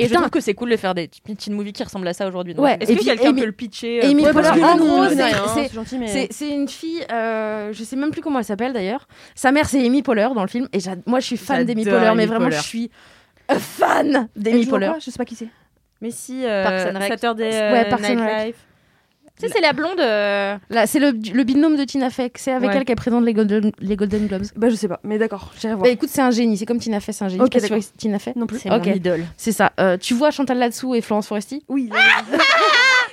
S4: Et je
S2: Putain.
S4: trouve que c'est cool de faire des petites movies qui ressemblent à ça aujourd'hui. donc.
S2: Ouais.
S3: Est-ce
S2: Et
S3: que
S2: puis,
S3: quelqu'un
S2: Amy-
S3: peut le pitcher euh,
S2: Amy
S3: pour-
S2: Poehler,
S3: parce que
S2: en
S3: nous, on
S2: gros,
S3: connaît
S2: c'est-
S4: hein,
S3: rien.
S2: c'est-
S5: C'est gentil, mais.
S2: c'est c'est une fille, euh, je sais même plus comment elle s'appelle d'ailleurs. Sa mère, c'est Amy Poehler dans le film. Et j'ad- moi, je suis fan
S3: J'adore
S2: d'Amy Poehler,
S3: Amy
S2: mais vraiment,
S3: Poehler.
S2: je suis euh, fan
S5: Elle
S2: d'Amy
S5: joue dans
S2: Poehler.
S5: quoi Je sais pas qui c'est.
S3: Mais si, euh,
S4: Parks and Rec.
S3: Saturday
S2: Ouais, Parks
S3: euh, Night
S2: and Rec.
S3: Live.
S4: Tu sais, c'est la blonde. euh,
S2: Là, c'est le, le binôme de Tina Fey. C'est avec
S3: Ouais.
S2: elle qu'elle présente les Golden, les Golden Globes.
S5: Bah, je sais pas, mais d'accord, j'irai voir.
S2: Bah, écoute, c'est un génie. C'est comme Tina Fey, c'est un génie.
S5: Ok,
S2: Je sais pas si tu vois
S5: d'accord.
S2: Tina Fey.
S5: Non plus.
S4: C'est
S2: Ok.
S4: mon idole.
S2: C'est ça. Euh, tu vois Chantal Latsou et Florence Foresti
S5: Oui. là,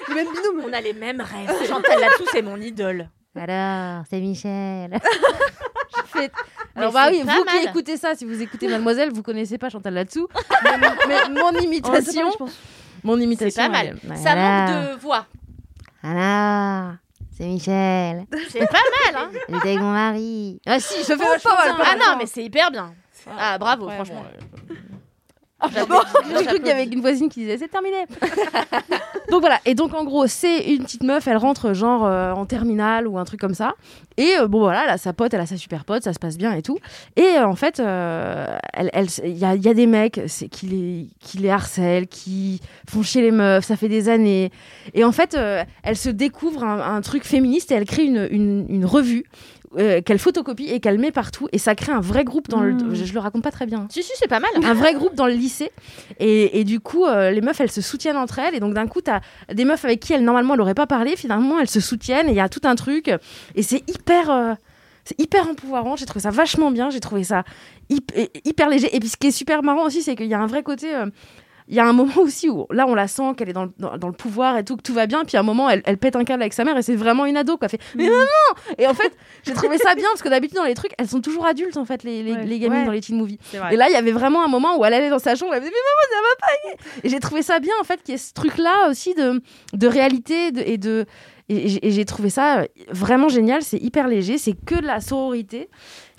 S5: Le même binôme.
S4: On a les mêmes (laughs) rêves. Chantal Latsou, c'est mon idole.
S6: Alors, c'est Michel.
S2: Alors
S4: Mais
S2: bah
S4: c'est
S2: oui,
S4: pas
S2: vous qui
S4: mal.
S2: écoutez ça, si vous écoutez Mademoiselle, vous connaissez pas Chantal
S4: (laughs)
S2: Latsou. mais, mon- mais mon
S5: On a séparé,
S2: imitation,
S5: je pense.
S2: mon imitation,
S4: C'est pas mal.
S2: elle est- ouais.
S4: Ça
S6: Voilà.
S4: manque de voix.
S6: Alors, c'est Michel.
S4: C'est pas mal, hein.
S6: J'étais avec mon mari.
S2: Ah si, je fais vachement bien.
S4: Ah non, mais c'est Oh, hyper bien. Ah bravo,
S2: Ouais,
S4: franchement.
S2: (laughs) J'ai cru qu'il y avait une voisine qui disait c'est terminé. (laughs) donc voilà, et donc en gros, c'est une petite meuf, elle rentre genre euh, en terminale ou un truc comme ça. Et euh, bon voilà, elle a sa pote, elle a sa super pote, ça se passe bien et tout. Et euh, en fait, euh, elle- elle- il y, a, il y a des mecs c'est- qui, les, qui les harcèlent, qui font chier les meufs, ça fait des années. Et en fait, euh, elle se découvre un, un truc féministe et elle crée une, une- une revue. euh, qu'elle photocopie et qu'elle met partout et ça crée un vrai groupe dans
S5: Mmh.
S2: le je, je le raconte pas très bien hein
S4: Hmm. Si, si, c'est pas mal.
S2: un vrai groupe dans le lycée. Et, et du coup, euh, les meufs, elles se soutiennent entre elles. Et donc, d'un coup, t'as des meufs avec qui elles, normalement, elles n'auraient pas parlé. Finalement, elles se soutiennent. Et il y a tout un truc. Et c'est hyper. euh, c'est hyper empouvoirant, j'ai trouvé ça vachement bien, j'ai trouvé ça hyp- hyper, léger. Et puis ce qui est super marrant aussi, c'est qu'il y a un vrai côté. euh, Il y a un moment (laughs) aussi où là on la sent qu'elle est dans le, dans- dans le pouvoir et tout, que tout va bien. Puis à un moment, elle, elle pète un câble avec sa mère et c'est vraiment une ado quoi. Elle Fait, mais
S3: Mm.
S2: maman Et en fait, j'ai trouvé ça bien parce que d'habitude dans les trucs, elles sont toujours adultes en fait, les, les,
S3: Ouais.
S2: les gamines
S3: Ouais.
S2: dans les teen movies.
S3: C'est vrai.
S2: Et là, il y avait vraiment un moment où elle allait dans sa chambre, elle me disait Mais maman, ça va pas Et j'ai trouvé ça bien, en fait, qu'il y ait ce truc-là aussi de, de réalité de- et de. Et j'ai- et j'ai trouvé ça euh, vraiment génial, c'est hyper léger, c'est que de la sororité.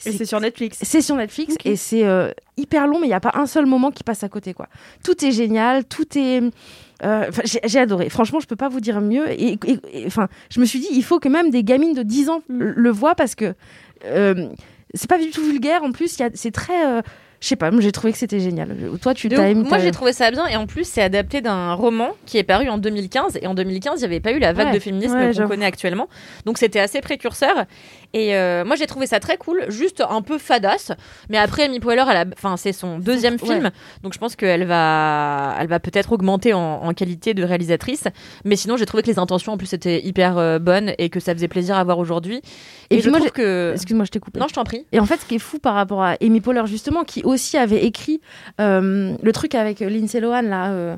S3: Et c'est sur Netflix.
S2: C'est sur Netflix et c'est euh, hyper long, mais il n'y a pas un seul moment qui passe à côté. quoi. Tout est génial, tout est. euh, enfin, j'ai j'ai adoré. Franchement, je peux pas vous dire mieux. Et, et- et- enfin, je me suis dit, il faut que même des gamines de 10
S4: Mm.
S2: ans le, le voient parce que euh, c'est pas du tout vulgaire. En plus, il y a- c'est très. euh, je sais pas, moi, j'ai trouvé que c'était génial. Je- Toi, tu
S4: De
S2: t'as
S4: ouf.
S2: aimé.
S4: Moi,
S2: t'as-
S4: j'ai trouvé ça bien. Et en plus, c'est adapté d'un roman qui est paru en 2015. Et en 2015, il n'y avait pas eu la vague
S2: Ouais.
S4: de féminisme
S5: Ouais,
S4: qu'on
S5: j'avoue.
S4: connaît actuellement. Donc, c'était assez précurseur. Et euh, moi, j'ai trouvé ça très cool. Juste un peu fadasse. Mais après, Amy Poehler, elle a... enfin, c'est son deuxième
S2: Ouais.
S4: film. Donc, je pense qu'elle va, elle va peut-être augmenter en, en qualité de réalisatrice. Mais sinon, j'ai trouvé que les intentions, en plus, étaient hyper euh, bonnes et que ça faisait plaisir à voir aujourd'hui.
S2: Et
S4: Et,
S2: puis
S4: je
S2: moi,
S4: trouve
S2: j'ai-
S4: que.
S2: Excuse-moi, je t'ai coupé.
S4: Non, je t'en prie.
S2: Et en fait, ce qui est fou par rapport à Amy Poehler, justement, qui aussi avait écrit euh, le truc avec Lindsay Lohan, là, euh,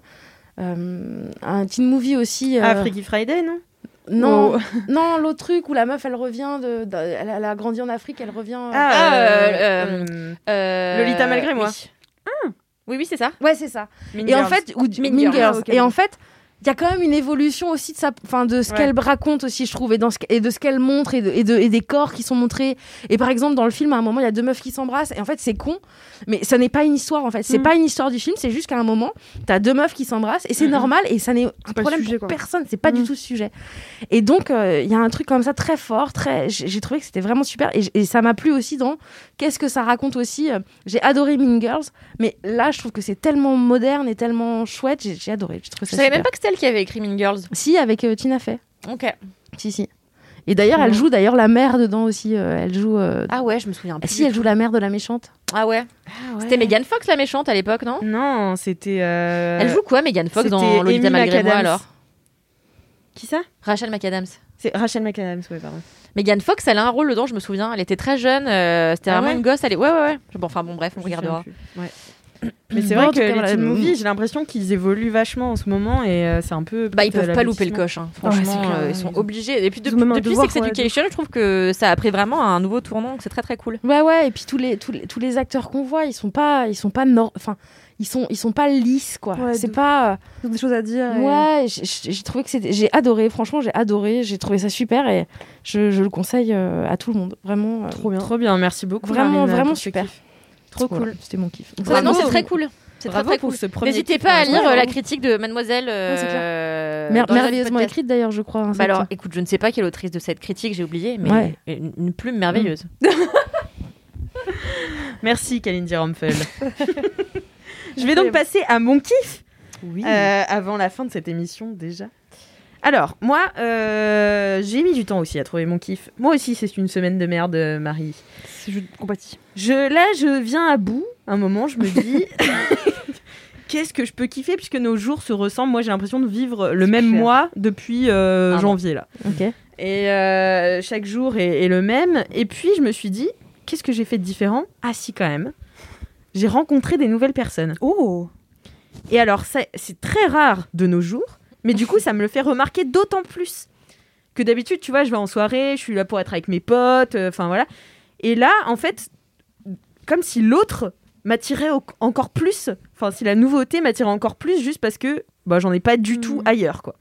S2: euh, un teen movie aussi. euh,
S3: Ah, Freaky Friday, non
S2: Non, non l'autre truc où la meuf, elle revient de. de- elle, elle a grandi en Afrique, elle revient. euh,
S4: Ah, euh,
S3: euh,
S4: Euh,
S3: Lolita malgré moi.
S4: Oui, oui, oui, c'est ça.
S2: Ouais, c'est ça.
S3: Mean
S2: et en
S3: Girls.
S2: fait, ou du-
S4: Mean
S2: Mean
S4: Girls.
S2: Girls.
S5: Ah, ok,
S2: Et en
S5: oui.
S2: fait, il y a quand même une évolution aussi de, sa, enfin de ce
S3: Ouais.
S2: qu'elle raconte aussi, je trouve, et, dans ce, qu'- et de ce qu'elle montre, et, de- et de- et des corps qui sont montrés. Et par exemple, dans le film, à un moment, il y a deux meufs qui s'embrassent, et en fait, c'est con, mais ça n'est pas une histoire, en fait. C'est
S5: Mm.
S2: pas une histoire du film, c'est juste qu'à un moment, t'as deux meufs qui s'embrassent, et c'est normal, et ça n'est un
S5: Mm-hmm. pas le
S2: problème
S5: sujet,
S2: pour
S5: quoi.
S2: personne, c'est pas du
S5: Mm.
S2: tout le sujet. Et donc, euh, il y a un truc comme ça très fort, très. J'ai j'ai trouvé que c'était vraiment super, et, j- et ça m'a plu aussi dans qu'est-ce que ça raconte aussi. euh, J'ai adoré Mean Girls, mais là, je trouve que c'est tellement moderne et tellement chouette. J'ai, j'ai adoré. Je trouve
S4: Je
S2: ça
S4: savais
S2: super.
S4: même pas que c'était elle qui avait écrit Mean Girls.
S2: Si, avec euh, Tina Fey.
S4: Ok.
S2: Si, si. Et d'ailleurs, elle joue d'ailleurs la mère dedans aussi. euh, elle joue. euh,
S4: Ah ouais, je me souviens plus.
S2: si, elle joue la mère de la méchante.
S4: Ah ouais. C'était Megan Fox la méchante à l'époque, non
S3: Non, c'était. euh,
S4: Elle joue quoi Megan Fox dans
S3: c'était
S4: Lolita
S3: Amy
S4: malgré moi
S3: McAdams.
S4: alors
S3: Qui ça
S4: Rachel McAdams.
S3: C'est Rachel McAdams, ouais, pardon.
S4: Megan Fox, elle a un rôle dedans, je me souviens. Elle était très jeune. euh, C'était
S3: Ah
S4: vraiment
S3: ouais
S4: une gosse. Elle est... Ouais, ouais, ouais. Bon, enfin bon, bref, on
S3: Je me
S4: regardera.
S3: souviens plus. Ouais. Mais c'est vrai
S2: en
S3: que
S2: tout cas,
S3: les
S2: voilà,
S3: teen
S2: mm.
S3: movies, j'ai l'impression qu'ils évoluent vachement en ce moment et euh, c'est un peu.
S4: Bah, ils
S3: peut-être,
S4: peuvent
S3: euh,
S4: pas louper le
S3: l'aboutissement.
S4: coche. hein. Franchement,
S3: c'est clair,
S4: euh,
S3: ouais,
S4: ils sont
S3: ils ont-
S4: obligés. Et puis,
S5: ils ont
S4: depuis,
S5: même un
S4: depuis
S5: devoir,
S4: Sex
S5: ouais, de-
S4: Education, je trouve que ça a pris vraiment un nouveau tournant. donc C'est très, très cool.
S2: Ouais, ouais. Et puis tous les tous les, tous les acteurs qu'on voit, ils sont pas ils sont pas nor- enfin ils sont ils sont pas lisses quoi.
S5: Ouais,
S2: c'est
S5: de-
S2: pas. euh,
S5: Ils ont des choses à dire. et-
S2: Ouais, j'ai- j'ai j'ai trouvé que c'était. J'ai adoré, franchement, j'ai adoré, j'ai trouvé ça super et je, je le conseille euh, à tout le monde. Vraiment. euh,
S3: Trop bien. Trop bien, merci beaucoup.
S2: Vraiment,
S3: Marine,
S2: vraiment
S3: pour ce
S2: super.
S3: kiff.
S2: Trop
S3: Voilà,
S2: cool. C'était mon kiff.
S4: Ouais, non,
S3: Bravo.
S4: c'est très cool. C'est très,
S3: Bravo
S4: très
S3: pour
S4: cool.
S3: ce premier hein.
S4: N'hésitez
S3: kiff,
S4: pas à
S3: vraiment.
S4: lire euh, la
S3: Vraiment.
S4: critique de Mademoiselle.
S2: c'est
S4: euh,
S2: Mer-
S4: dans le
S2: merveilleusement
S4: podcast.
S2: écrite d'ailleurs, je crois. hein,
S4: Bah
S2: cette-
S4: alors, écoute, je ne sais pas quelle autrice de cette critique, j'ai oublié, mais
S2: Ouais.
S4: une, une plume merveilleuse.
S3: Merci, Kalindi
S4: (laughs)
S3: Rumpfel. Je vais donc passer à mon kiff euh, avant la fin de cette émission déjà. Alors, moi, euh, j'ai mis du temps aussi à trouver mon kiff. Moi aussi, c'est une semaine de merde, euh, Marie.
S5: C'est- Je compatis.
S3: Je, là, je viens à bout. Un moment, je me dis, qu'est-ce que je peux kiffer puisque nos jours se ressemblent. Moi, j'ai l'impression de vivre le même
S5: clair.
S3: mois depuis euh,
S4: Ah bon.
S3: janvier là.
S2: Ok.
S3: Et euh, chaque jour est, est le même. Et puis je me suis dit, qu'est-ce que j'ai fait de différent Ah si quand même. J'ai rencontré des nouvelles personnes.
S5: Oh
S3: Et alors ça, c'est très rare de nos jours, mais du coup ça me le fait remarquer d'autant plus que d'habitude, tu vois, je vais en soirée, je suis là pour être avec mes potes, euh, enfin voilà. Et là, en fait, comme si l'autre m'attirait au- encore plus, enfin si la nouveauté m'attirait encore plus juste parce que bah, j'en ai pas du tout
S4: Hmm.
S3: ailleurs quoi.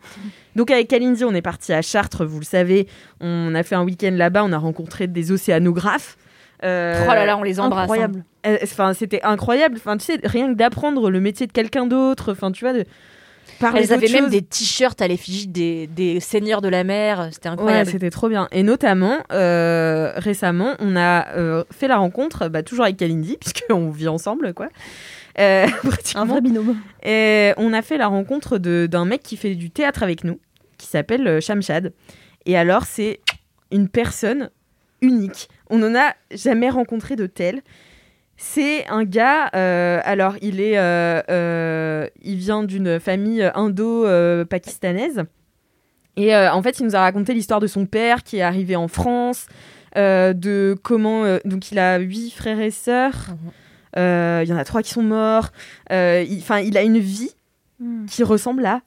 S3: Donc avec Kalindi, on est parti à Chartres, vous le savez, on a fait un week-end là-bas, on a rencontré des océanographes. Euh,
S4: Oh là là, on les embrasse. hein.
S5: Incroyable.
S3: euh, Enfin, c'était incroyable. Enfin, tu sais, rien que d'apprendre le métier de quelqu'un d'autre. Enfin, tu vois, de parler
S4: Elles avaient
S3: d'autre
S4: même
S3: chose.
S4: des t-shirts à l'effigie des, des seigneurs de la mer. C'était
S3: Ouais,
S4: incroyable.
S3: c'était trop bien. Et notamment, euh, récemment, on a euh, fait la rencontre, bah, toujours avec Kalindi, (laughs) puisqu'on vit ensemble, quoi. Euh, (laughs)
S5: Un
S3: pratiquement.
S5: vrai binôme.
S3: Et on a fait la rencontre de- d'un mec qui fait du théâtre avec nous, qui s'appelle euh, Shamshad. Et alors, c'est une personne unique. On n'en a jamais rencontré de tel. C'est un gars, euh, alors il est, euh, euh, il vient d'une famille indo-pakistanaise. Et euh, en fait, il nous a raconté l'histoire de son père qui est arrivé en France, euh, de comment, euh, donc il a huit frères et sœurs.
S4: Mhm.
S3: Euh, Il y en a trois qui sont morts. Euh, il- Enfin, il a une vie qui ressemble à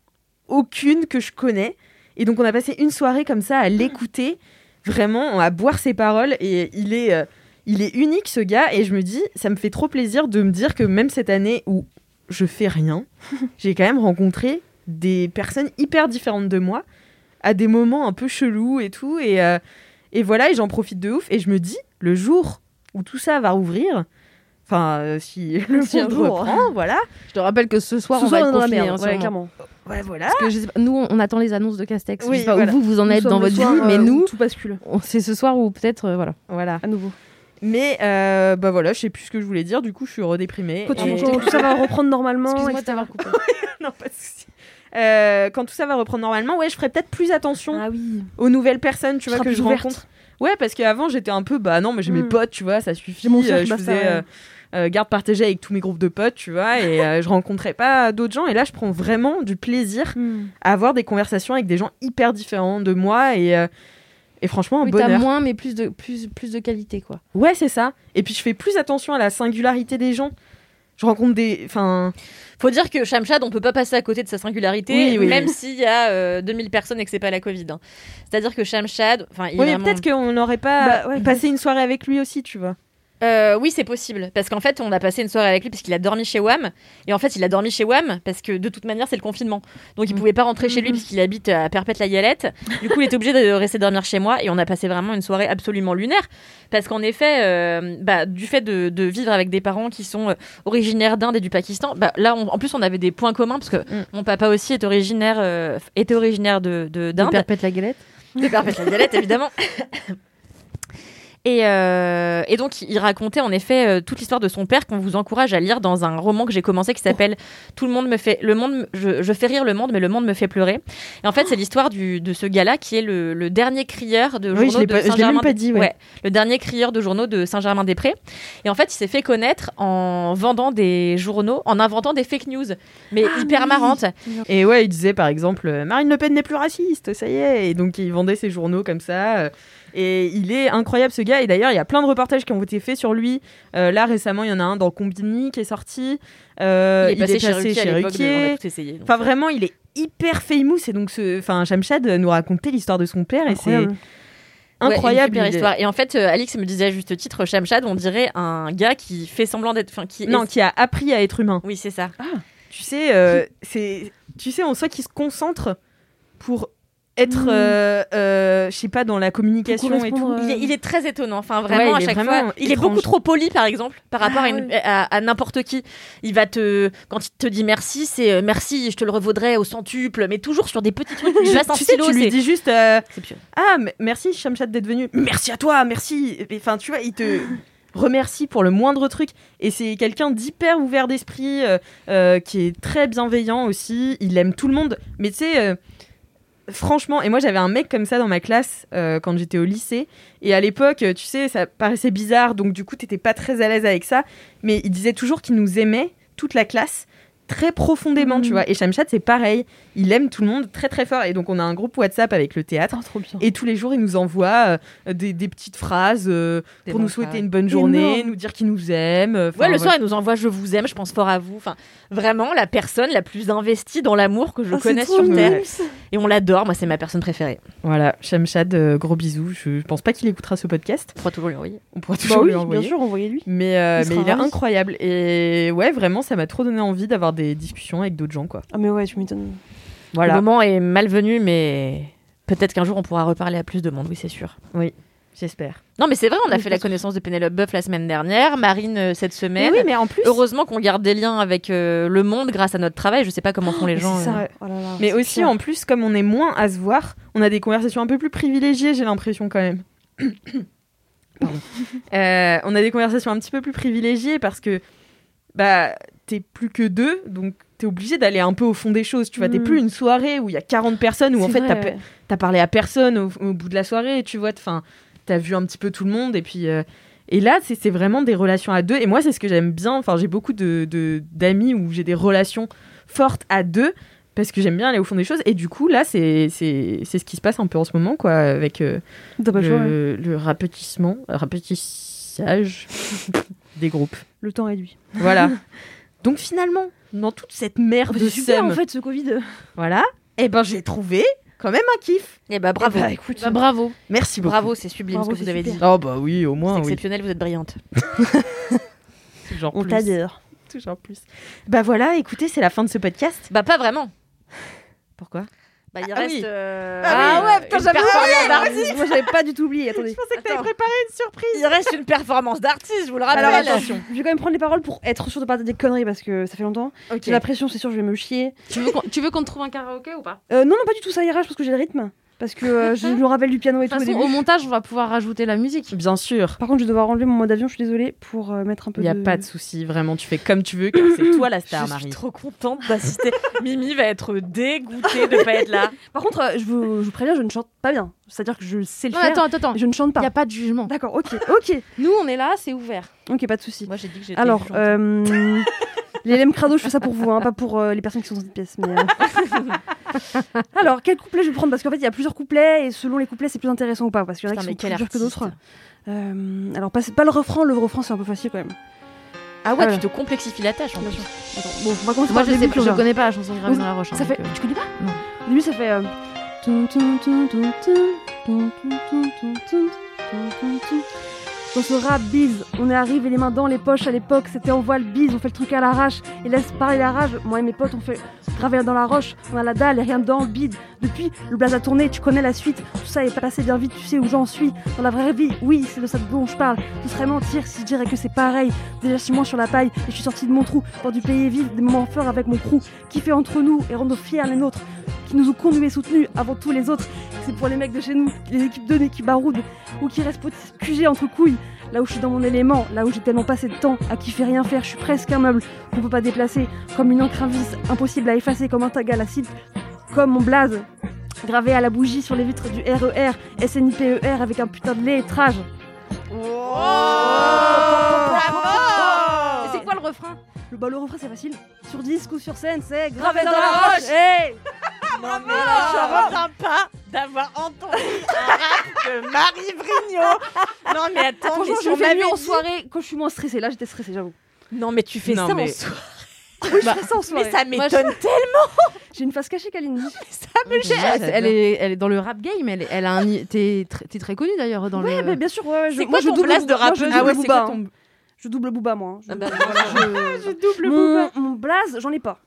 S3: aucune que je connais. Et donc on a passé une soirée comme ça à l'écouter, vraiment à boire ses paroles. Et il est, euh, il est unique ce gars. Et je me dis, ça me fait trop plaisir de me dire que même cette année où je fais rien, j'ai quand même rencontré des personnes hyper différentes de moi, à des moments un peu chelous et tout. Et, euh, et voilà, et j'en profite de ouf. Et je me dis, le jour où tout ça va rouvrir, enfin euh, (laughs) si le
S5: Si un
S3: monde
S5: jour.
S3: reprend, voilà.
S2: Je te rappelle que ce soir,
S5: Ce
S2: on
S5: soir,
S2: va
S5: on est
S2: être
S5: dans la
S2: confinés,
S5: merde.
S2: hein,
S5: ouais,
S2: sûrement.
S5: clairement.
S3: Ouais, voilà.
S2: Parce que je sais pas- nous, on attend les annonces de Castex. je
S3: Oui,
S2: sais pas
S3: voilà.
S2: où vous, vous en
S5: Nous
S2: êtes dans
S5: sommes le
S2: votre
S5: soir,
S2: vie, mais
S5: euh,
S2: nous,
S5: Tout bascule,
S2: on- c'est ce soir ou peut-être. euh, voilà.
S3: Voilà.
S5: à nouveau.
S3: Mais euh, bah voilà, je sais plus ce que je voulais dire, du coup je suis redéprimée.
S5: Quand,
S3: Et-
S5: on- quand tout ça va reprendre normalement.
S2: Excuse-moi
S5: etc.
S2: de t'avoir coupé.
S3: (laughs) non, pas de souci. Euh, quand tout ça va reprendre normalement, ouais, je ferai peut-être plus attention
S5: Ah oui.
S3: aux nouvelles personnes, tu
S5: Tu
S3: vois,
S5: seras
S3: que
S5: plus
S3: je
S5: ouverte.
S3: rencontre. Ouais, parce qu'avant j'étais un peu, bah non, mais j'ai mes
S5: Mm.
S3: potes, tu vois, ça suffit.
S5: J'ai mon cercle,
S3: Euh, je
S5: bah,
S3: faisais
S5: ça,
S3: euh, euh, garde partagée avec tous mes groupes de potes, tu vois, et euh, je rencontrais pas d'autres gens. Et là, je prends vraiment du plaisir
S5: Hmm.
S3: à avoir des conversations avec des gens hyper différents de moi et, euh, et franchement, un
S2: Oui, t'as
S3: bonheur.
S2: moins, mais plus de, plus, plus de qualité, quoi.
S3: Ouais, c'est ça. Et puis je fais plus attention à la singularité des gens. Je rencontre des. Enfin.
S4: Faut dire que Shamshad, on peut pas passer à côté de sa singularité,
S3: Oui, oui,
S4: même s'il y a euh, 2000 personnes et que c'est pas la Covid. hein. C'est-à-dire que Shamshad, enfin, il est
S3: Oui, mais
S4: vraiment-
S3: peut-être qu'on n'aurait pas
S5: Bah, ouais,
S3: passé une soirée avec lui aussi, tu vois.
S4: Euh, oui, c'est possible, parce qu'en fait, on a passé une soirée avec lui parce qu'il a dormi chez Wam, et en fait, il a dormi chez Wam parce que de toute manière, c'est le confinement, donc il pouvait pas rentrer chez lui puisqu'il habite à Perpète-la-Galette. Du coup, il était obligé de rester dormir chez moi, et on a passé vraiment une soirée absolument lunaire, parce qu'en effet, euh, bah, du fait de, de vivre avec des parents qui sont euh, originaires d'Inde et du Pakistan, bah, là, on- en plus, on avait des points communs parce que
S3: Mm.
S4: mon papa aussi est originaire, euh, était originaire de de-
S2: De
S4: d'Inde
S2: perpète la galette.
S4: de perpète la galette évidemment. Et, euh, et donc, il racontait en effet euh, toute l'histoire de son père qu'on vous encourage à lire dans un roman que j'ai commencé qui s'appelle Tout le monde me fait. Le monde, me- je, je fais rire le monde, mais le monde me fait pleurer. Et en fait, c'est l'histoire du- de ce gars-là qui est le, le dernier crieur de journaux
S2: Oui, je l'ai
S4: de
S2: pas- je l'ai
S4: Saint-Germain-
S2: même pas dit, ouais.
S4: le dernier crieur de journaux de Saint-Germain-des-Prés. Et en fait, il s'est fait connaître en vendant des journaux, en inventant des fake news, mais
S2: Ah
S4: hyper marrantes.
S3: Et ouais, il disait par exemple euh, Marine Le Pen n'est plus raciste, ça y est. Et donc il vendait ses journaux comme ça. euh, Et il est incroyable ce gars. Et d'ailleurs, il y a plein de reportages qui ont été faits sur lui. Euh, là récemment, il y en a un dans Combini qui est sorti. Euh,
S4: il est passé, chez Ruquier à l'époque,
S3: Ruquier.
S4: on a tout essayé. donc.
S3: Enfin vraiment, il est hyper famous. Et donc, ce... enfin, Shamshad nous racontait l'histoire de son père et c'est
S4: Ouais,
S3: incroyable.
S4: une super
S3: il est-
S4: histoire. Et en fait, euh, Alix me disait à juste titre, Shamshad, on dirait un gars qui fait semblant d'être. Enfin, qui.
S3: Non, qui a appris à être humain.
S4: Oui, c'est ça.
S3: Tu sais, euh, c'est, tu sais, on sent qu'il se concentre pour être, euh, euh, je sais pas, dans la communication et tout.
S4: Il est, il est très étonnant. Enfin,
S3: Ouais,
S4: vraiment, Ah
S3: il
S4: à
S3: est
S4: chaque
S3: vraiment
S4: fois, il est
S3: étrange.
S4: beaucoup trop poli, par exemple, par rapport à, une- à- à n'importe qui. Il va te, quand il te dit merci, c'est euh, merci, je te le revaudrai au centuple, mais toujours sur des petits (laughs) trucs. Il passe en
S3: tu sais,
S4: stylo,
S3: tu lui
S4: c'est-
S3: dis juste euh,
S4: c'est pieux.
S3: Ah, m- merci Shamshad d'être venu. Merci à toi, merci. Et- Enfin, tu vois, il te (gasps) remercie pour le moindre truc. Et c'est quelqu'un d'hyper ouvert d'esprit, euh, euh, qui est très bienveillant aussi. Il aime tout le monde. Mais tu sais, euh, franchement, et moi j'avais un mec comme ça dans ma classe euh, quand j'étais au lycée. Et à l'époque, euh, tu sais, ça paraissait bizarre. Donc du coup, t'étais pas très à l'aise avec ça. Mais il disait toujours qu'il nous aimait, toute la classe très profondément, tu vois. Et Shamshad, c'est pareil. Il aime tout le monde très très fort. Et donc on a un groupe WhatsApp avec le théâtre.
S5: trop bien.
S3: Et tous les jours, il nous envoie euh, des, des petites phrases euh,
S4: Des
S3: pour nous
S4: bonnes
S3: souhaiter
S4: phrases.
S3: une bonne journée,
S5: Énorme.
S3: nous dire qu'il nous aime. euh,
S4: Ouais,
S3: enfin,
S4: le
S3: voilà.
S4: soir, il nous envoie Je vous aime, je pense fort à vous. Enfin, vraiment, la personne la plus investie dans l'amour que je
S5: Ah,
S4: connaisse sur Terre. Et on l'adore, moi, c'est ma personne préférée.
S3: Voilà, Shamshad, euh, gros bisous. Je pense pas qu'il écoutera ce podcast.
S4: On pourra toujours lui envoyer.
S3: On pourra toujours
S5: Bah oui,
S3: lui envoyer.
S5: bien sûr, envoyez-lui.
S3: Mais, euh,
S5: Il
S3: mais
S5: sera
S3: il est
S5: ravi.
S3: incroyable. Et ouais, vraiment, ça m'a trop donné envie d'avoir des discussions avec d'autres gens, quoi.
S5: Ah mais ouais, tu m'étonnes.
S4: Le
S3: Voilà.
S4: moment est malvenu, mais peut-être qu'un jour on pourra reparler à plus de monde, oui, c'est sûr.
S3: J'espère.
S4: Non, mais c'est vrai, on a
S5: Oui,
S4: fait la
S5: bien sûr.
S4: connaissance de Pénélope Boeuf la semaine dernière, Marine euh, cette
S3: Mais
S4: semaine.
S3: oui, mais en plus.
S4: Heureusement qu'on garde des liens avec euh, le monde grâce à notre travail. Je sais pas comment font les
S5: Mais
S4: gens.
S5: c'est
S4: euh.
S5: ça. Oh là là,
S3: Mais
S5: c'est
S3: aussi,
S5: clair.
S3: en plus, comme on est moins à se voir, on a des conversations un peu plus privilégiées, j'ai l'impression quand même. (coughs) Pardon. Euh, on a des conversations un petit peu plus privilégiées parce que bah t'es plus que deux, donc t'es obligé d'aller un peu au fond des choses. Tu vois, t'es
S5: Mm.
S3: plus une soirée où il y a 40 personnes où en
S5: C'est
S3: fait
S5: vrai,
S3: t'as
S5: ouais.
S3: pe- t'as parlé à personne au, au bout de la soirée, tu vois, enfin, t'as vu un petit peu tout le monde et puis. euh, et là, c'est c'est vraiment des relations à deux. Et moi, c'est ce que j'aime bien. Enfin, j'ai beaucoup de de- d'amis où j'ai des relations fortes à deux parce que j'aime bien aller au fond des choses. Et du coup, là, c'est c'est c'est ce qui se passe un peu en ce moment, quoi, avec euh,
S5: T'as pas le choix, ouais.
S3: le, le rapetissement,
S5: (laughs)
S3: rapetissage des groupes.
S5: Le temps réduit.
S4: (laughs)
S3: Voilà. Donc finalement, dans toute cette merde de
S5: Bah, C'est super
S3: somme,
S5: en fait ce Covid. euh,
S3: voilà, eh ben j'ai trouvé quand même un kiff.
S4: Eh bah bravo.
S5: Bah écoute,
S4: Bah, bravo.
S3: Merci beaucoup.
S4: Bravo, c'est sublime
S5: Bravo,
S4: ce que vous
S5: c'est
S4: avez
S5: super.
S4: dit.
S3: Oh bah oui, au
S4: C'est
S3: moins oui.
S4: exceptionnel, vous êtes brillante.
S3: Toujours
S5: on
S3: plus.
S5: t'adore.
S3: Toujours plus. Bah voilà, écoutez, c'est la fin de ce podcast.
S4: Bah pas vraiment.
S3: Pourquoi
S4: Bah il
S3: Ah,
S4: reste.
S3: oui.
S4: euh,
S3: Ah oui. Ah ouais, putain,
S4: une
S3: j'avais
S4: performance
S3: oublié,
S4: d'artiste.
S5: Moi j'avais pas du tout oublié,
S3: Je
S5: attendez.
S3: pensais que t'avais
S4: Attends.
S3: préparé une surprise.
S4: Il reste une performance d'artiste, je vous le rappelle.
S5: Alors attention, je vais quand même prendre les paroles pour être sûr de pas dire des conneries parce que ça fait longtemps. J'ai la pression, c'est sûr, je vais me chier.
S10: Tu veux qu'on- tu veux qu'on te trouve un karaoké ou pas
S5: Euh, non, non, pas du tout, ça ira, je pense que j'ai le rythme. Parce que euh, je me rappelle du piano et
S10: De
S5: tout
S10: toute
S5: au
S10: façon,
S5: début.
S10: au montage, on va pouvoir rajouter la musique.
S3: Bien sûr.
S5: Par contre, je vais devoir enlever mon mode avion, je suis désolée, pour euh, mettre un peu
S3: Il y a
S5: de...
S3: pas de souci, vraiment, tu fais comme tu veux, car c'est toi la star,
S4: Je suis
S3: Marie.
S4: trop contente d'assister. (laughs) Mimi va être dégoûtée de pas être là.
S5: Par contre, euh, je, vous, je vous préviens, je ne chante pas bien. C'est-à-dire que je sais le
S10: Non,
S5: faire,
S10: attends, attends, attends.
S5: mais je ne chante
S10: Il n'y
S5: pas.
S10: a pas de jugement.
S5: D'accord, ok, ok.
S10: Nous, on est là, c'est ouvert.
S5: Ok, pas de souci.
S4: Moi j'ai dit que j'étais.
S5: Alors, euh, les LM Crado, je fais ça pour vous, hein, pas pour euh, les personnes qui sont dans cette pièce. mais, euh. Alors, quel couplet je vais prendre Parce qu'en fait, il y a plusieurs couplets, et selon les couplets, c'est plus intéressant ou pas. Parce qu'il y en a
S4: Putain,
S5: qui
S4: mais
S5: sont plus
S4: quel
S5: durs
S4: artiste.
S5: que d'autres. Euh, alors, pas, pas le refrain, le refrain, c'est un peu facile quand même.
S4: Ah ouais,
S5: Ah
S4: tu te complexifies la tâche en
S5: Bien
S4: plus.
S5: Attends, bon, on va commencer
S10: Moi,
S5: par
S10: je,
S5: le
S10: sais,
S5: début, puis on
S10: je
S5: verra.
S10: connais pas la chanson de Grammy dans la roche. hein,
S5: Ça fait...
S10: donc, euh,
S5: Tu connais pas
S10: Non.
S5: Au début, ça fait... euh, tum, tum, tum, tum, tum, tum, tum, tum, tum, tum, tum, tum, tum. Dans ce rap bise, on est arrivé les mains dans les poches à l'époque, c'était on voit le bise, on fait le truc à l'arrache et laisse parler la rage. Moi et mes potes, on fait graver dans la roche, on a la dalle et rien dans le bide. Depuis, le blaze a tourné, tu connais la suite, tout ça est passé bien vite, tu sais où j'en suis. Dans la vraie vie, oui, c'est de ça dont je parle. Ce serait mentir si je dirais que c'est pareil. Déjà chez moi sur la paille, et je suis sorti de mon trou, hors du pays vif, des moments forts avec mon crew. Qui fait entre nous et rendre fiers les nôtres qui qui nous ont conduits et soutenus avant tous les autres. C'est pour les mecs de chez nous, les équipes données qui baroudent ou qui restent QG entre couilles. Là où je suis dans mon élément, là où j'ai tellement passé de temps à kiffer rien faire, je suis presque un meuble qu'on peut pas déplacer, comme une encre à vis, impossible à effacer, comme un tag à l'acide, comme mon blaze, gravé à la bougie sur les vitres du E RER, SNIPER avec un putain de lettrage. Oh.
S2: Et C'est quoi le refrain
S5: Le ballon refrain c'est facile. Sur disque ou sur scène, c'est
S4: Gravé
S5: gravé dans
S4: dans la
S5: la roche.
S4: roche.
S5: Hey
S4: Non, mais là, je reviens pas d'avoir entendu un rap de Marie Vrigno. Non, mais attends, mais
S5: Franchement,
S4: si
S5: Ah, je le
S4: on
S5: fais
S4: m'avait
S5: mieux en
S4: dit-
S5: soirée quand je suis moins stressée. Là, j'étais stressée, j'avoue.
S4: Non, mais tu fais
S3: Non,
S4: ça en
S3: mais-
S4: soirée.
S5: Oui, je fais ça en soirée.
S4: Mais ça
S10: Moi,
S4: m'étonne
S10: je-
S4: tellement.
S5: J'ai une face cachée, Kalindi.
S4: Ça
S2: Ouais, Elle est, elle est dans le rap game. Elle, est- elle a un. i- T'es tr- t'es très connue d'ailleurs dans
S5: Ouais,
S2: le.
S5: mais bien sûr, ouais, ouais, je,
S4: C'est
S5: moi,
S4: quoi
S5: je
S4: ton
S5: double
S4: blast de
S5: Booba, moi, je
S4: rappeuse
S5: double
S4: Ah ouais, c'est
S5: Booba,
S4: quoi ton-
S5: hein. Je double Booba, moi. hein. Je,
S4: Ah bah, (laughs)
S5: je- mon, mon blaze, j'en ai pas.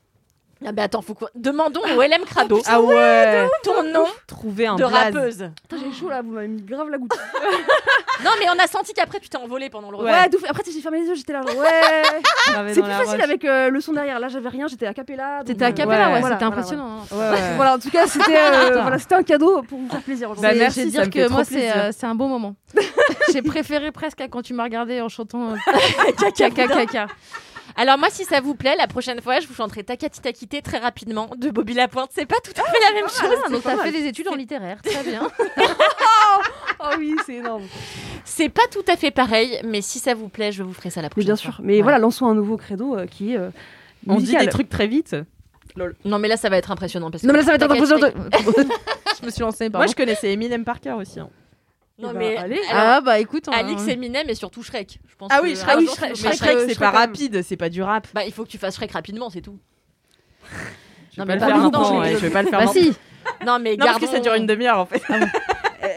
S4: Ah bah attends, faut quoi Demandons au LM Crado
S3: Ah ouais
S4: ton nom
S3: Trouver un
S4: de
S3: blaze.
S4: rappeuse.
S5: Putain, j'ai chaud là, vous m'avez mis grave la goutte.
S4: Non, mais on a senti qu'après tu t'es envolé pendant le
S5: Ouais,
S4: repas.
S5: de ouf. Après, tu sais, j'ai fermé les yeux, j'étais là. genre, Ouais. (laughs)
S3: Gravé
S5: C'est
S3: dans
S5: plus
S3: la
S5: facile
S3: roche.
S5: avec euh, le son derrière. Là, j'avais rien, j'étais à capella. euh,
S2: T'étais à Capella,
S3: Ouais.
S2: ouais,
S5: Voilà,
S2: c'était
S5: voilà,
S2: impressionnant.
S3: Ouais, ouais.
S5: Voilà, en tout cas, c'était euh, voilà, c'était un cadeau pour vous faire plaisir. aujourd'hui.
S3: Bah,
S2: C'est-
S3: merci,
S2: je vais
S3: ça me
S2: dire
S3: fait
S2: que
S3: trop
S2: moi, c'est
S3: plaisir.
S2: euh, c'est un beau moment. J'ai préféré presque à quand tu m'as regardé en chantant euh,
S4: Caca,
S2: caca caca.
S4: (laughs) Alors moi, si ça vous plaît, la prochaine fois, je vous chanterai Takati Takité très rapidement de Bobby Lapointe. C'est pas tout à fait la même chose.
S2: Ah, donc t'as fait des études en littéraire, très bien.
S5: Oh oui, c'est énorme.
S4: C'est pas tout à fait pareil, mais si ça vous plaît, je vous ferai ça la
S5: Oui,
S4: prochaine
S5: bien
S4: fois.
S5: sûr. Mais voilà, lançons un nouveau credo euh, qui est. euh,
S3: On dit
S5: musical.
S3: des trucs très vite.
S4: Non, mais là, ça va être impressionnant parce que.
S2: Non mais là ça va être un
S4: Taka
S2: impressionnant.
S4: Taka-
S2: Je me suis lancée.
S3: Moi, je connaissais Eminem par cœur aussi. hein.
S4: Non
S5: Eh ben,
S4: mais
S5: allez.
S4: alors,
S2: Ah bah écoute. on-
S4: Alix Eminem et surtout Shrek. Je pense
S3: Ah oui,
S4: que-
S3: Shrek,
S4: un
S3: oui,
S4: jour,
S3: Shrek,
S4: mais
S3: Shrek,
S4: Shrek-
S3: c'est pas rapide, c'est pas du rap.
S4: Bah, il faut que tu fasses Shrek rapidement, c'est tout.
S3: Je vais
S4: Non,
S3: pas
S4: mais
S3: le
S4: pas
S3: faire
S4: maintenant,
S3: maintenant,
S4: je
S3: ouais,
S4: l'ai-
S3: je vais pas le faire
S2: Bah
S3: maintenant.
S2: si.
S4: Non mais
S3: Non, parce que ça dure une demi-heure en fait.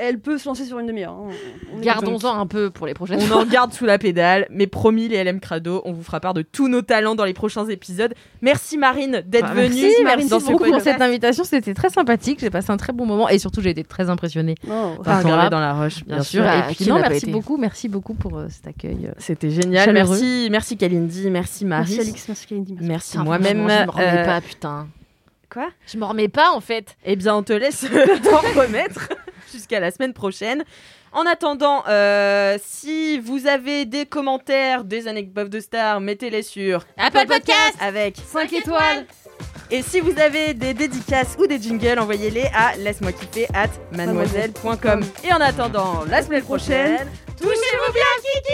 S5: Elle peut se lancer sur une demi-heure. hein. On est-
S4: Gardons-en un peu pour les prochaines
S3: On
S4: fois.
S3: en garde sous la pédale, mais promis les LM Crado, on vous fera part de tous nos talents dans les prochains épisodes. Merci Marine d'être
S4: Ah,
S2: Bah,
S3: venue
S2: merci,
S3: Marine,
S2: merci
S3: dans ce
S2: beaucoup pour
S3: podcast.
S2: cette invitation. C'était très sympathique. J'ai passé un très bon moment et surtout j'ai été très impressionnée.
S5: Oh.
S2: Par
S3: Partons
S2: grave.
S3: aller dans la roche, bien, sûr.
S2: Et
S4: Ah,
S2: puis
S4: qui
S2: non,
S4: n'a pas
S2: merci
S4: été
S2: beaucoup, merci beaucoup pour euh, cet accueil. euh,
S3: C'était génial.
S2: Chaleureux.
S3: Merci, merci Kalindi, merci Marie.
S5: Merci Alix, merci Kalindi. merci.
S3: Merci
S4: Ah, Putain,
S3: moi-même.
S4: franchement, Je m'en remets
S3: Euh,
S4: pas, putain.
S3: Quoi
S4: Je m'en remets pas en fait.
S3: Eh bien, on te laisse (laughs) t'en remettre (laughs) jusqu'à la semaine prochaine. En attendant, euh, si vous avez des commentaires, des anecdotes de stars, mettez-les sur
S4: Apple Podcast
S3: avec
S4: 5 étoiles
S3: Et si vous avez des dédicaces ou des jingles, envoyez-les à laisse-moi kiffer at mademoiselle.com. Et en attendant, la semaine prochaine, touchez-vous bien, Kiki!